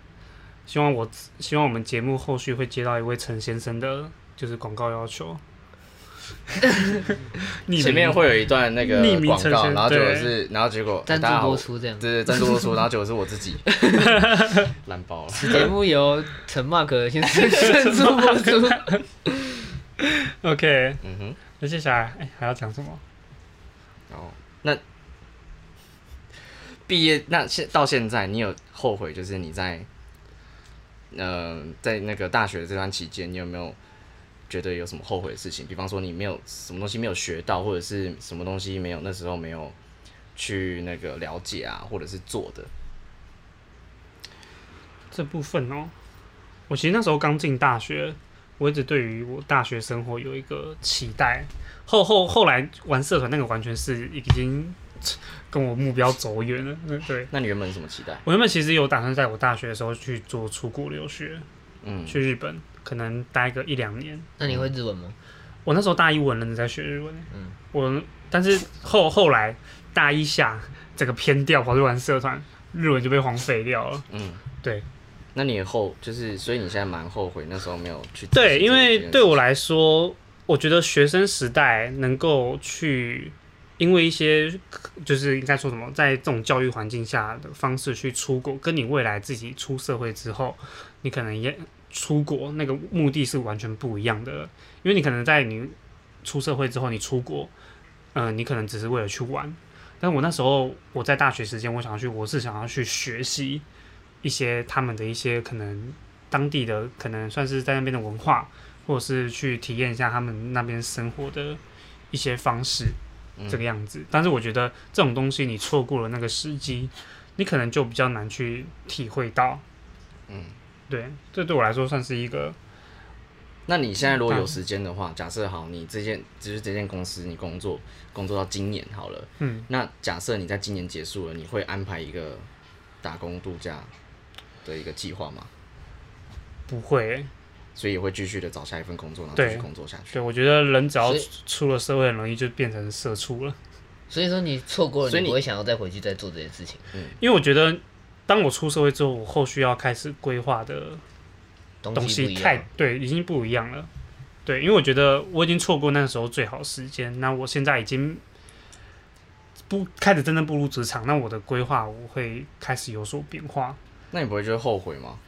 Speaker 1: 希望我希望我们节目后续会接到一位陈先生的，就是广告要 求。匿名
Speaker 2: 前面会有一段那个
Speaker 1: 匿名
Speaker 2: 广
Speaker 1: 呈
Speaker 2: 告，
Speaker 1: 现
Speaker 2: 然后结果
Speaker 1: 对
Speaker 2: 是，然后结果
Speaker 3: 赞助
Speaker 2: 大
Speaker 1: 哦
Speaker 2: 家好
Speaker 3: 播出这样
Speaker 2: 对对，赞助播出，然后结果是我 自己烂爆了。
Speaker 3: 此节目由陈 Mark 先生赞助播 出。
Speaker 1: OK，
Speaker 2: 嗯哼，
Speaker 1: 那接下来、哎还要讲什么？
Speaker 2: 然后那毕业那现到现在，你有后悔就是你在呃在那个大学这段期间，你有没有觉得有什么后悔的事情？比方说你没有什么东西没有学到，或者是什么东西没有那时候没有去那个了解啊，或者是做的，
Speaker 1: 这部分哦，我其实那时候刚进大学，我一直对于我大学生活有一个期待。后后后来玩社团那个完全是已经跟我目标走远了。嗯对
Speaker 2: 那你原本有什么期待？
Speaker 1: 我原本其实有打算在我大学的时候去做出国留学，
Speaker 2: 嗯，
Speaker 1: 去日本可能待个一两年。
Speaker 3: 那你会日文吗？
Speaker 1: 我那时候大一，我很认真在学日文。
Speaker 3: 嗯
Speaker 1: 嗯，我但是后后来大一下整个偏掉，跑去玩社团，日文就被荒废掉了。
Speaker 2: 嗯，
Speaker 1: 对。
Speaker 2: 那你也后就是，所以你现在蛮后悔那时候没有去。
Speaker 1: 对，因为对我来说，我觉得学生时代能够去因为一些就是应该说什么，在这种教育环境下的方式去出国，跟你未来自己出社会之后，你可能也出国那个目的是完全不一样的了，因为你可能在你出社会之后，你出国，嗯、你可能只是为了去玩。但我那时候我在大学时间，我想要去，我是想要去学习一些他们的一些可能当地的，可能算是在那边的文化，或者是去体验一下他们那边生活的一些方式。
Speaker 2: 嗯
Speaker 1: 这个样子。但是我觉得这种东西你错过了那个时机，你可能就比较难去体会到。
Speaker 2: 嗯，
Speaker 1: 对，这对我来说算是一个
Speaker 2: 那你现在如果
Speaker 1: 嗯
Speaker 2: 有时间的话，假设好，你这件就是这间公司，你工作工作到今年好了，
Speaker 1: 嗯，
Speaker 2: 那假设你在今年结束了，你会安排一个打工度假的一个计划吗？
Speaker 1: 不会欸、
Speaker 2: 所以也会继续的找下一份工作，然后
Speaker 1: 对
Speaker 2: 继续工作下去
Speaker 1: 对，。我觉得人只要
Speaker 3: 所以
Speaker 1: 出了社会，很容易就变成社畜了。
Speaker 3: 所以说你错过
Speaker 2: 所
Speaker 3: 了，
Speaker 2: 以
Speaker 3: 你
Speaker 2: 你
Speaker 3: 不会想要再回去再做这件事情，
Speaker 1: 因为我觉得，当我出社会之后，我后续要开始规划的东
Speaker 3: 东西不
Speaker 1: 西
Speaker 3: 一
Speaker 1: 太
Speaker 3: 样。
Speaker 1: 对，已经不一样了。对，因为我觉得我已经错过那时候最好时间，那我现在已经不开始真正步入职场，那我的规划我会开始有所变化。
Speaker 2: 那你不会觉得后悔吗？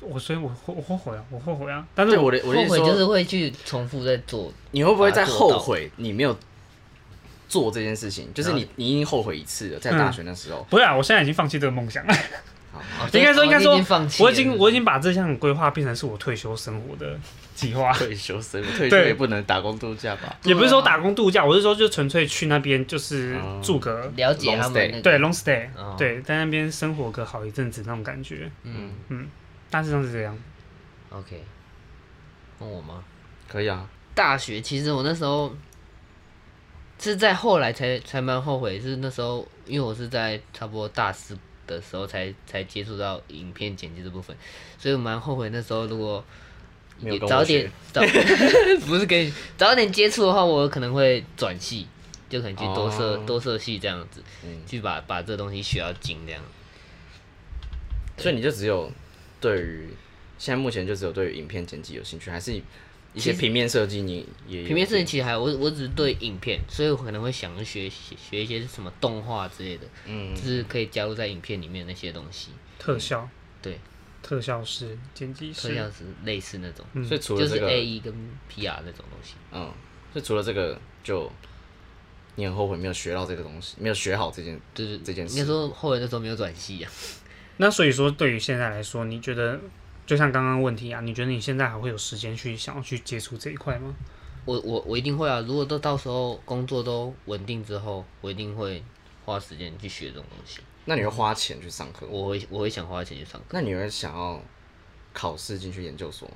Speaker 1: 我所以我后我后悔啊，我后悔啊，但是
Speaker 2: 对，
Speaker 1: 我
Speaker 2: 我的我
Speaker 3: 后
Speaker 2: 意思
Speaker 3: 悔就是
Speaker 2: 说，
Speaker 3: 会去重复在做，
Speaker 2: 你会不会在
Speaker 3: 把它做到
Speaker 2: 后悔你没有做这件事情？就是
Speaker 1: 嗯
Speaker 2: 你你已经后悔一次了，在大学那时候。
Speaker 1: 不是啊，我现在已经放弃这个梦想了。
Speaker 3: 哦
Speaker 1: 应该说
Speaker 3: 所以
Speaker 1: 应该
Speaker 3: 哦
Speaker 1: 说
Speaker 3: 你已经放弃了，
Speaker 1: 我已经我已经把这项规划变成是我退休生活的计划，
Speaker 3: 啊
Speaker 2: 退 休生活，退休
Speaker 1: 对
Speaker 2: 也不能打工度假吧？
Speaker 1: 也不是说打工度假，我是说就纯粹去那边就是
Speaker 2: 哦
Speaker 1: 住个
Speaker 3: 了解他们那个
Speaker 1: 对 long stay，
Speaker 3: 哦
Speaker 1: 对，在那边生活个好一阵子那种感觉，
Speaker 3: 嗯
Speaker 1: 大致上是这样。
Speaker 3: ，OK。问我吗？
Speaker 2: 可以啊，
Speaker 3: 大学其实我那时候是在后来才才蛮后悔，是那时候因为我是在差不多大四的时候才才接触到影片剪辑这部分，所以我蛮后悔那时候如果
Speaker 2: 没有跟我
Speaker 3: 早
Speaker 2: 学
Speaker 3: 点 早不是跟你早点接触的话，我可能会转系，就可能去多设、
Speaker 2: 哦
Speaker 3: 多设系这样子，
Speaker 2: 嗯，
Speaker 3: 去把把这东西学到精这样。
Speaker 2: 所以你就只有对于现在目前就只有对于影片剪辑有兴趣，还是一些平面设计你也有
Speaker 3: 平面设计其实还我我只是对影片，所以我可能会想学学学一些什么动画之类的，
Speaker 2: 嗯
Speaker 3: 就是可以加入在影片里面那些东西，
Speaker 1: 特效
Speaker 3: 对，
Speaker 1: 特效师、剪辑
Speaker 3: 特效
Speaker 1: 师，
Speaker 3: 是类似那种，
Speaker 2: 嗯所以除
Speaker 3: 就
Speaker 2: 了
Speaker 3: 是
Speaker 2: 这个，
Speaker 3: A E 跟 P R 那种东西。
Speaker 2: 嗯，所以除了这个就你很后悔没有学到这个东西，没有学好这件
Speaker 3: 就是
Speaker 2: 这件事
Speaker 3: 应该说后来那时候没有转系啊，
Speaker 1: 那所以说对于现在来说，你觉得就像刚刚问题啊，你觉得你现在还会有时间去想要去接触这一块吗？
Speaker 3: 我我我一定会啊，如果都到时候工作都稳定之后，我一定会花时间去学这种东西，
Speaker 2: 那你会花钱去上课，
Speaker 3: 我会我会想花钱去上课，
Speaker 2: 那你会想要考试进去研究所吗？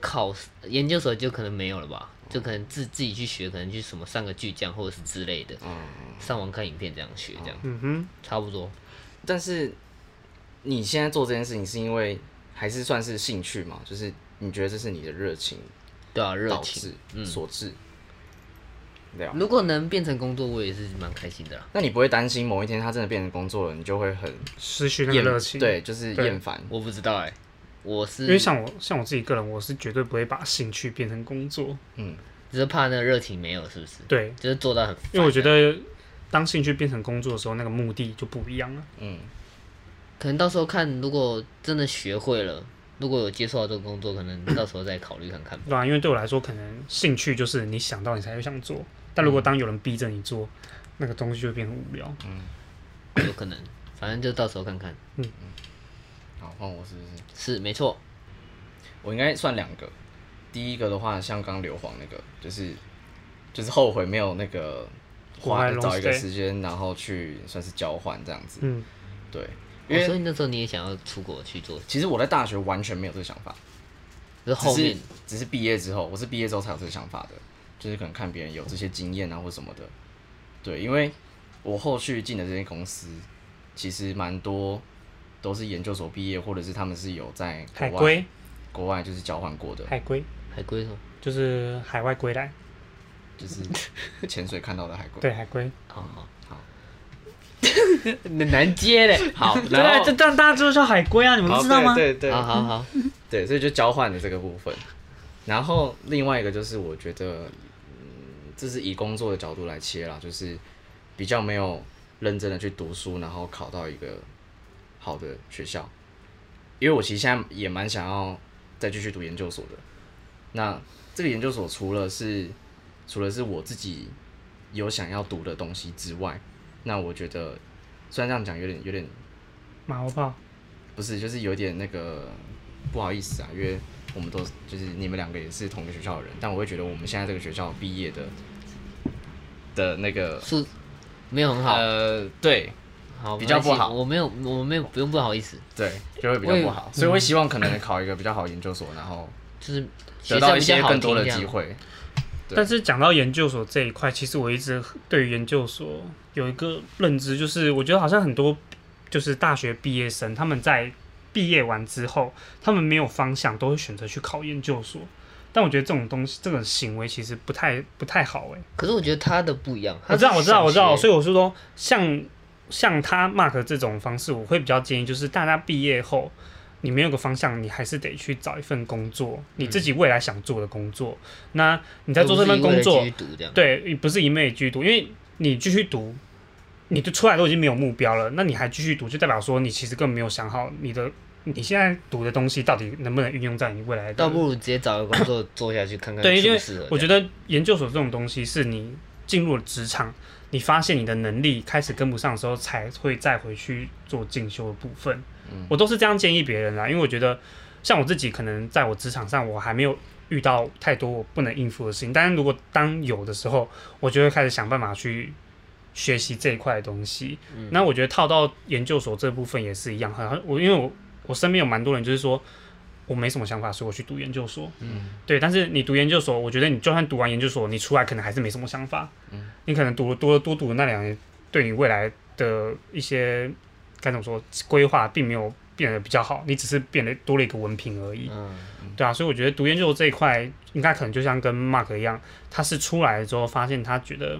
Speaker 3: 考试研究所就可能没有了吧，就可能自自己去学，可能去什么上个巨匠或者是之类的，
Speaker 2: 嗯，
Speaker 3: 上网看影片这样学这样，
Speaker 1: 嗯哼，
Speaker 3: 差不多。
Speaker 2: 但是你现在做这件事情是因为还是算是兴趣嘛？就是你觉得这是你的热情
Speaker 3: 对啊，热
Speaker 2: 导
Speaker 3: 情
Speaker 2: 致。所致，对啊。
Speaker 3: 如果能变成工作，我也是蛮开心的啦。
Speaker 2: 那你不会担心某一天他真的变成工作了，你就会很
Speaker 1: 失去那个
Speaker 2: 厌
Speaker 1: 热情，
Speaker 2: 对，就是
Speaker 1: 对
Speaker 2: 厌烦。
Speaker 3: 我不知道哎、我是
Speaker 1: 因为像我像我自己个人，我是绝对不会把兴趣变成工作。
Speaker 2: 嗯，
Speaker 3: 只是怕那个热情没有，是不是？
Speaker 1: 对，
Speaker 3: 就是做到很烦，
Speaker 1: 因为我觉得当兴趣变成工作的时候，那个目的就不一样了。
Speaker 2: 嗯，
Speaker 3: 可能到时候看，如果真的学会了，如果有接触到这个工作，可能到时候再考虑看看吧。
Speaker 1: 对啊，因为对我来说，可能兴趣就是你想到你才会想做，但
Speaker 2: 嗯
Speaker 1: 如果当有人逼着你做，那个东西就会变得很无聊。
Speaker 3: 有可能，反正就到时候看看。
Speaker 2: 好，换我是不是？
Speaker 3: 是没错，
Speaker 2: 我应该算两个。第一个的话，像刚硫磺那个，就是就是后悔没有那个
Speaker 1: 国外
Speaker 2: 花
Speaker 1: long
Speaker 2: 找一个
Speaker 1: stay
Speaker 2: 时间，然后去算是交换这样子。
Speaker 1: 嗯，
Speaker 2: 对，因
Speaker 3: 哦、
Speaker 2: 为
Speaker 3: 所以那时候你也想要出国去做，
Speaker 2: 其实我在大学完全没有这个想法，
Speaker 3: 就是后
Speaker 2: 只
Speaker 3: 面
Speaker 2: 是只是毕业之后，我是毕业之后才有这个想法的，就是可能看别人有这些经验啊或什么的。对，因为我后续进的这些公司，其实蛮多都是研究所毕业，或者是他们是有在国
Speaker 1: 海
Speaker 2: 外
Speaker 1: 归，
Speaker 2: 国外就是交换过的，
Speaker 1: 海归
Speaker 3: 海归什么？
Speaker 1: 就是海外归来，
Speaker 2: 就是潜水看到的海龟。
Speaker 1: 对海归。
Speaker 3: 好好
Speaker 2: 好，
Speaker 3: 难接 嘞。
Speaker 2: 好，
Speaker 1: 对
Speaker 2: 然
Speaker 1: 啊，
Speaker 2: 后
Speaker 1: 这当大家就叫海归啊，你们
Speaker 2: 好
Speaker 1: 不知道吗？
Speaker 2: 对对对
Speaker 3: 好好好，
Speaker 2: 对，所以就交换的这个部分。然后另外一个就是我觉得，嗯，这是以工作的角度来切啦，就是比较没有认真的去读书，然后考到一个好的学校。因为我其实现在也蛮想要再继续读研究所的。那这个研究所除了是除了是我自己有想要读的东西之外，那我觉得虽然这样讲有点有点
Speaker 1: 马后炮，
Speaker 2: 不是，就是有点那个不好意思啊，因为我们都就是你们两个也是同个学校的人，但我会觉得我们现在这个学校毕业的的那个
Speaker 3: 素没有很好，
Speaker 2: 呃，对
Speaker 3: 好
Speaker 2: 比较
Speaker 3: 没关系
Speaker 2: 不好
Speaker 3: 我没有，我没有，不用不好意思，
Speaker 2: 对，就会比较不好，所以我希望可能考一个比较好研究所，然后
Speaker 3: 就是学
Speaker 2: 得
Speaker 3: 校
Speaker 2: 到一
Speaker 3: 比较
Speaker 2: 些
Speaker 3: 好
Speaker 2: 更
Speaker 3: 听
Speaker 2: 多的
Speaker 3: 这
Speaker 2: 机
Speaker 3: 样。
Speaker 2: 会。对
Speaker 1: 但是讲到研究所这一块，其实我一直对于研究所有一个认知，就是我觉得好像很多就是大学毕业生，他们在毕业完之后，他们没有方向，都会选择去考研究所。但我觉得这种东西，这种行为其实不太不太好哎、
Speaker 3: 可是我觉得他的不一样，
Speaker 1: 我知道，我知道，我知道，所
Speaker 3: 以
Speaker 1: 以我是说，像像他 Mark 这种方式，我会比较建议，就是大家毕业后，你没有个方向，你还是得去找一份工作，你自己未来想做的工作。那你
Speaker 3: 你
Speaker 1: 在做这份工作，
Speaker 3: 读这样，
Speaker 1: 对，不是一昧居读，因为你继续读，你就出来都已经没有目标了，那你还继续读，就代表说你其实根本没有想好你的你现在读的东西到底能不能运用在你未来的
Speaker 3: 倒不如直接找个工作做下去看看
Speaker 1: 对
Speaker 3: 适
Speaker 1: 因
Speaker 3: 不
Speaker 1: 为
Speaker 3: 适合这样。
Speaker 1: 我觉得研究所这种东西，是你进入了职场，你发现你的能力开始跟不上的时候，才会再回去做进修的部分。我都是这样建议别人啦，因为我觉得像我自己，可能在我职场上，我还没有遇到太多我不能应付的事情。但是如果当有的时候，我就会开始想办法去学习这一块的东西。那我觉得套到研究所这部分也是一样，很我因为我我身边有蛮多人就是说。我没什么想法，所以我去读研究所。对，但是你读研究所，我觉得你就算读完研究所，你出来可能还是没什么想法。你可能读了多多读了那两年，对你未来的一些该怎么说规划，并没有变得比较好，你只是变得多了一个文凭而已。
Speaker 3: 嗯，
Speaker 1: 对啊，所以我觉得读研究所这一块，应该可能就像跟 Mark 一样，他是出来之后发现他觉得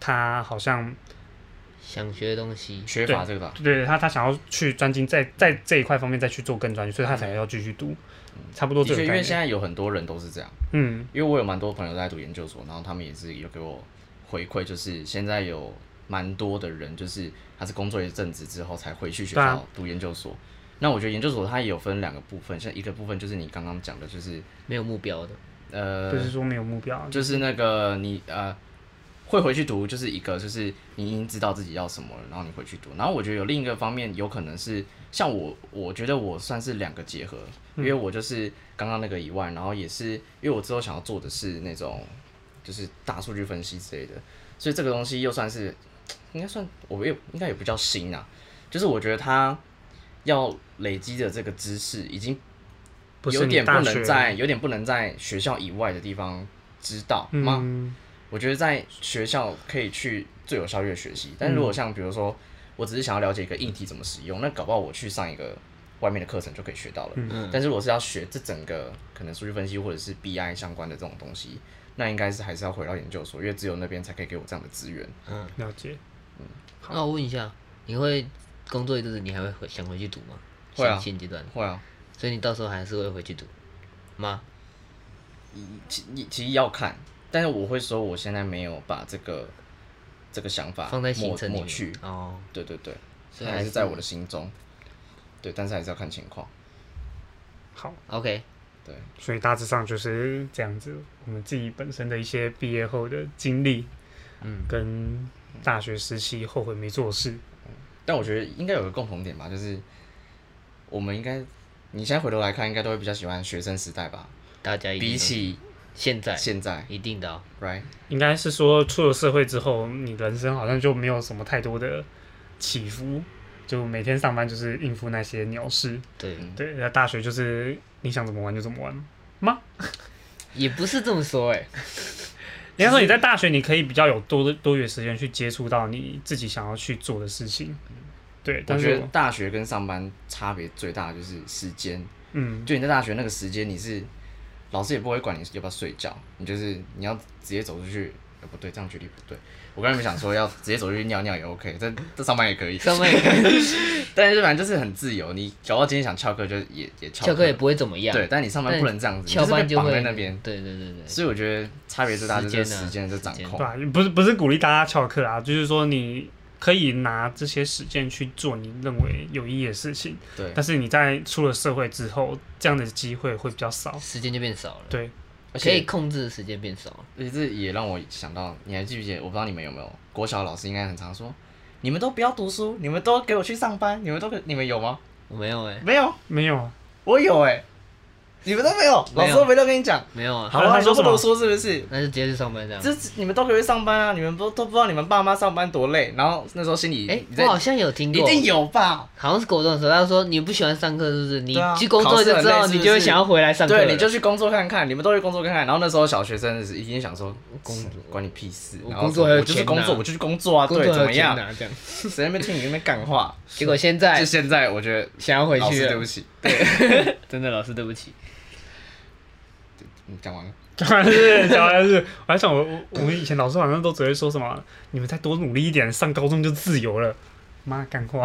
Speaker 1: 他好像
Speaker 3: 想学的东西，
Speaker 2: 缺乏这个吧，
Speaker 1: 对他他想要去专精在在这一块方面再去做更专注，所以他才要继续读，差不多
Speaker 2: 的
Speaker 1: 这个
Speaker 2: 确，因
Speaker 1: 概
Speaker 2: 为
Speaker 1: 念。
Speaker 2: 现在有很多人都是这样。
Speaker 1: 嗯，
Speaker 2: 因为我有蛮多朋友在读研究所，然后他们也是有给我回馈，就是现在有蛮多的人，就是他是工作一阵子之后才回去学
Speaker 1: 对啊
Speaker 2: 校读研究所。那我觉得研究所它也有分两个部分，像一个部分就是你刚刚讲的，就是
Speaker 3: 没有目标的，
Speaker 2: 呃
Speaker 1: 嗯就，是说没有目标，
Speaker 2: 就是那个你呃会回去读，就是一个就是你已经知道自己要什么了，然后你回去读。然后我觉得有另一个方面，有可能是像我，我觉得我算是两个结合，
Speaker 1: 嗯
Speaker 2: 因为我就是刚刚那个以外，然后也是因为我之后想要做的是那种就是大数据分析之类的，所以这个东西又算是应该算我也应该也不叫新啊，就是我觉得它要累积的这个知识已经
Speaker 1: 不是
Speaker 2: 有
Speaker 1: 你
Speaker 2: 点不
Speaker 1: 大学
Speaker 2: 能在有点不能在学校以外的地方知道吗？
Speaker 1: 嗯，
Speaker 2: 我觉得在学校可以去最有效率的学习，但如果像比如说，我只是想要了解一个议题怎么使用，那搞不好我去上一个外面的课程就可以学到了。
Speaker 3: 嗯
Speaker 2: 但是我是要学这整个可能数据分析或者是 BI 相关的这种东西，那应该是还是要回到研究所，因为只有那边才可以给我这样的资源。
Speaker 3: 嗯。
Speaker 1: 了解。
Speaker 3: 那我问一下，你会工作一阵子，你还会回想回去读吗？
Speaker 2: 会啊
Speaker 3: 现现阶段，
Speaker 2: 会啊，
Speaker 3: 所以你到时候还是会回去读吗？
Speaker 2: 其其实要看，但是我会说我现在没有把这个这个想法
Speaker 3: 放在行
Speaker 2: 抹
Speaker 3: 程里
Speaker 2: 抹
Speaker 3: 面
Speaker 2: 去，
Speaker 3: 哦，
Speaker 2: 对对对，
Speaker 3: 所以
Speaker 2: 还是在我的心中，对，但是还是要看情况，
Speaker 1: 好，
Speaker 3: OK。
Speaker 2: 对。
Speaker 1: 所以大致上就是这样子，我们自己本身的一些毕业后的经历，
Speaker 3: 嗯，
Speaker 1: 跟大学时期后悔没做事，
Speaker 2: 但我觉得应该有个共同点吧，就是我们应该，你现在回头来看，应该都会比较喜欢学生时代吧，
Speaker 3: 大家一定
Speaker 2: 比
Speaker 3: 都
Speaker 2: 起
Speaker 3: 现在
Speaker 2: 现在
Speaker 3: 一定的哦、
Speaker 2: ，right？
Speaker 1: 应该是说出了社会之后，你人生好像就没有什么太多的起伏，就每天上班就是应付那些鸟事。
Speaker 3: 对，
Speaker 2: 嗯
Speaker 1: 对，那大学就是你想怎么玩就怎么玩。吗？
Speaker 3: 也不是这么 说哎、
Speaker 1: 应该说你在大学你可以比较有多的多余的时间去接触到你自己想要去做的事情。对，
Speaker 2: 我
Speaker 1: 嗯但
Speaker 2: 觉
Speaker 1: 是
Speaker 2: 得
Speaker 1: 我
Speaker 2: 大学跟上班差别最大的就是时间，
Speaker 1: 嗯，
Speaker 2: 就你在大学那个时间，你是老师也不会管你要不要睡觉，你就是你要直接走出去，呃不对，这样举例不对。我刚才没想说要直接走进去尿尿也 OK，这这上班也可以，
Speaker 3: 上面也
Speaker 2: 但是反正就是很自由，你搞到今天想翘课就也也翘
Speaker 3: 翘课也不会怎么样，
Speaker 2: 对，但你上班
Speaker 3: 但
Speaker 2: 不能这样子，你
Speaker 3: 翘
Speaker 2: 是被
Speaker 3: 班就
Speaker 2: 绑
Speaker 3: 会
Speaker 2: 在那边。
Speaker 3: 对对对对，
Speaker 2: 所以我觉得差别最大就是
Speaker 3: 时
Speaker 2: 时
Speaker 3: 间啊
Speaker 2: 间的掌
Speaker 1: 对。
Speaker 2: 控
Speaker 1: 吧、不是不是鼓励大家翘课啊，就是说你可以拿这些时间去做你认为有意义的事情，
Speaker 2: 对，
Speaker 1: 但是你在出了社会之后，这样的机会会比较少。
Speaker 3: 时间就变少了，
Speaker 1: 对，
Speaker 2: 而
Speaker 3: 可
Speaker 2: 且
Speaker 3: 以控制的时间变少了。
Speaker 2: 而且这也让我想到，你还记不记得？我不知道你们有没有，国小老师应该很常说，你们都不要读书，你们都给我去上班，你们都给你们有吗？
Speaker 3: 我没有哎，
Speaker 2: 没有，
Speaker 1: 没有啊，
Speaker 2: 我有哎、你们都没有，
Speaker 3: 没
Speaker 2: 老
Speaker 3: 有
Speaker 2: 师都没都跟你讲。
Speaker 3: 没有啊，
Speaker 2: 好
Speaker 1: 他
Speaker 2: 啊，
Speaker 1: 他
Speaker 2: 你们
Speaker 1: 说
Speaker 2: 不
Speaker 1: 什么
Speaker 2: 读书是不是？
Speaker 3: 那就直接去上班这样。
Speaker 2: 这你们都可以上班啊，你们不都不知道你们爸妈上班多累，然后那时候心里
Speaker 3: 哎，
Speaker 2: 你
Speaker 3: 我
Speaker 2: 在
Speaker 3: 好像有听
Speaker 2: 一
Speaker 3: 过，
Speaker 2: 定有吧？
Speaker 3: 好像是国中的时候，他说你不喜欢上课是不是？你
Speaker 2: 对啊
Speaker 3: 去工作就知
Speaker 2: 考试
Speaker 3: 道，
Speaker 2: 很累
Speaker 3: 你就会想要回来上课了。
Speaker 2: 对，你就去工作看看，你们都去工作看看。然后那时候小学生是一定想说，
Speaker 3: 工作
Speaker 2: 关你屁事，
Speaker 3: 我
Speaker 2: 然后
Speaker 3: 工作还有
Speaker 2: 我就是
Speaker 3: 钱
Speaker 2: 工
Speaker 3: 拿
Speaker 2: 作，我就去工作啊，
Speaker 3: 工作
Speaker 2: 对，怎
Speaker 3: 有
Speaker 2: 么
Speaker 3: 钱
Speaker 2: 样？
Speaker 3: 拿这样。
Speaker 2: 谁在那边听你那边干 话？
Speaker 3: 结果现在
Speaker 2: 就现在，我觉得
Speaker 3: 想要回
Speaker 2: 老
Speaker 3: 去
Speaker 2: 师对
Speaker 3: 了
Speaker 2: 不，起，
Speaker 3: 真的老师对不起。
Speaker 2: 嗯，讲完了。
Speaker 1: 讲完是讲完是，我还想我我我们以前老师好像都只会说什么，你们再多努力一点，上高中就自由了。妈干 话，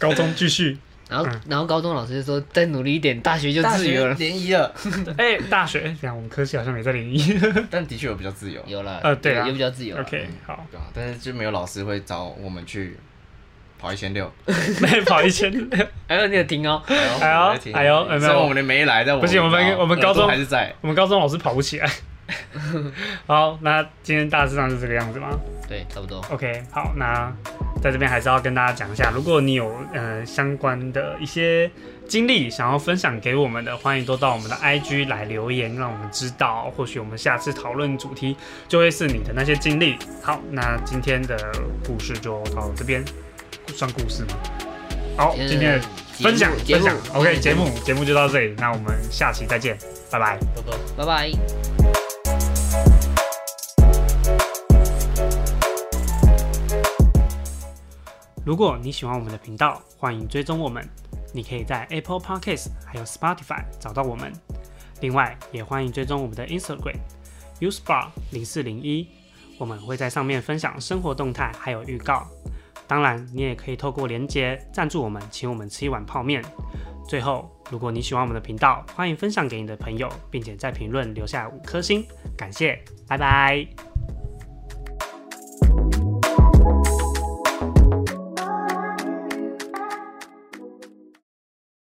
Speaker 1: 高中继续。
Speaker 3: 然后，然后高中老师就说再努力一点，大学就
Speaker 2: 大
Speaker 3: 自由
Speaker 2: 学
Speaker 3: 了。
Speaker 2: 联谊了，
Speaker 1: 哎、大学，哎，讲我们科系好像没在联谊。
Speaker 2: 但的确有比较自由，
Speaker 3: 有了，
Speaker 1: 呃对啊
Speaker 3: 也也比较自由了。
Speaker 1: OK，好，
Speaker 2: 对啊，但是就没有老师会找我们去跑一千六，
Speaker 1: 那跑一千六。
Speaker 3: 哎呦，你有听哦？
Speaker 1: 哎呦
Speaker 2: 我在听
Speaker 1: 哎呦哎没有
Speaker 2: 虽然我们的没来，但我
Speaker 1: 不行我们
Speaker 2: 知道
Speaker 1: 我们高中
Speaker 2: 耳朵还是在。
Speaker 1: 我们高中老师跑不起 来。好，那今天大致上是这个样子吗
Speaker 3: 对，差不多。
Speaker 1: ？OK，好，那在这边还是要跟大家讲一下，如果你有呃相关的一些经历想要分享给我们的，欢迎都到我们的 IG 来留言，让我们知道，或许我们下次讨论主题就会是你的那些经历。好，那今天的故事就到这边，算故事吗？好，今天的
Speaker 3: 节目
Speaker 1: 分享
Speaker 3: 节
Speaker 1: 分
Speaker 3: 目
Speaker 1: 享，OK，节目节目就到这里，那我们下期再见，拜拜。
Speaker 3: 拜拜。
Speaker 1: 如果你喜欢我们的频道，欢迎追踪我们。你可以在 Apple Podcast 还有 Spotify 找到我们。另外，也欢迎追踪我们的 Instagram usebar 零四零一，我们会在上面分享生活动态还有预告。当然，你也可以透过连接赞助我们，请我们吃一碗泡面。最后，如果你喜欢我们的频道，欢迎分享给你的朋友，并且在评论留下五颗星，感谢，拜拜。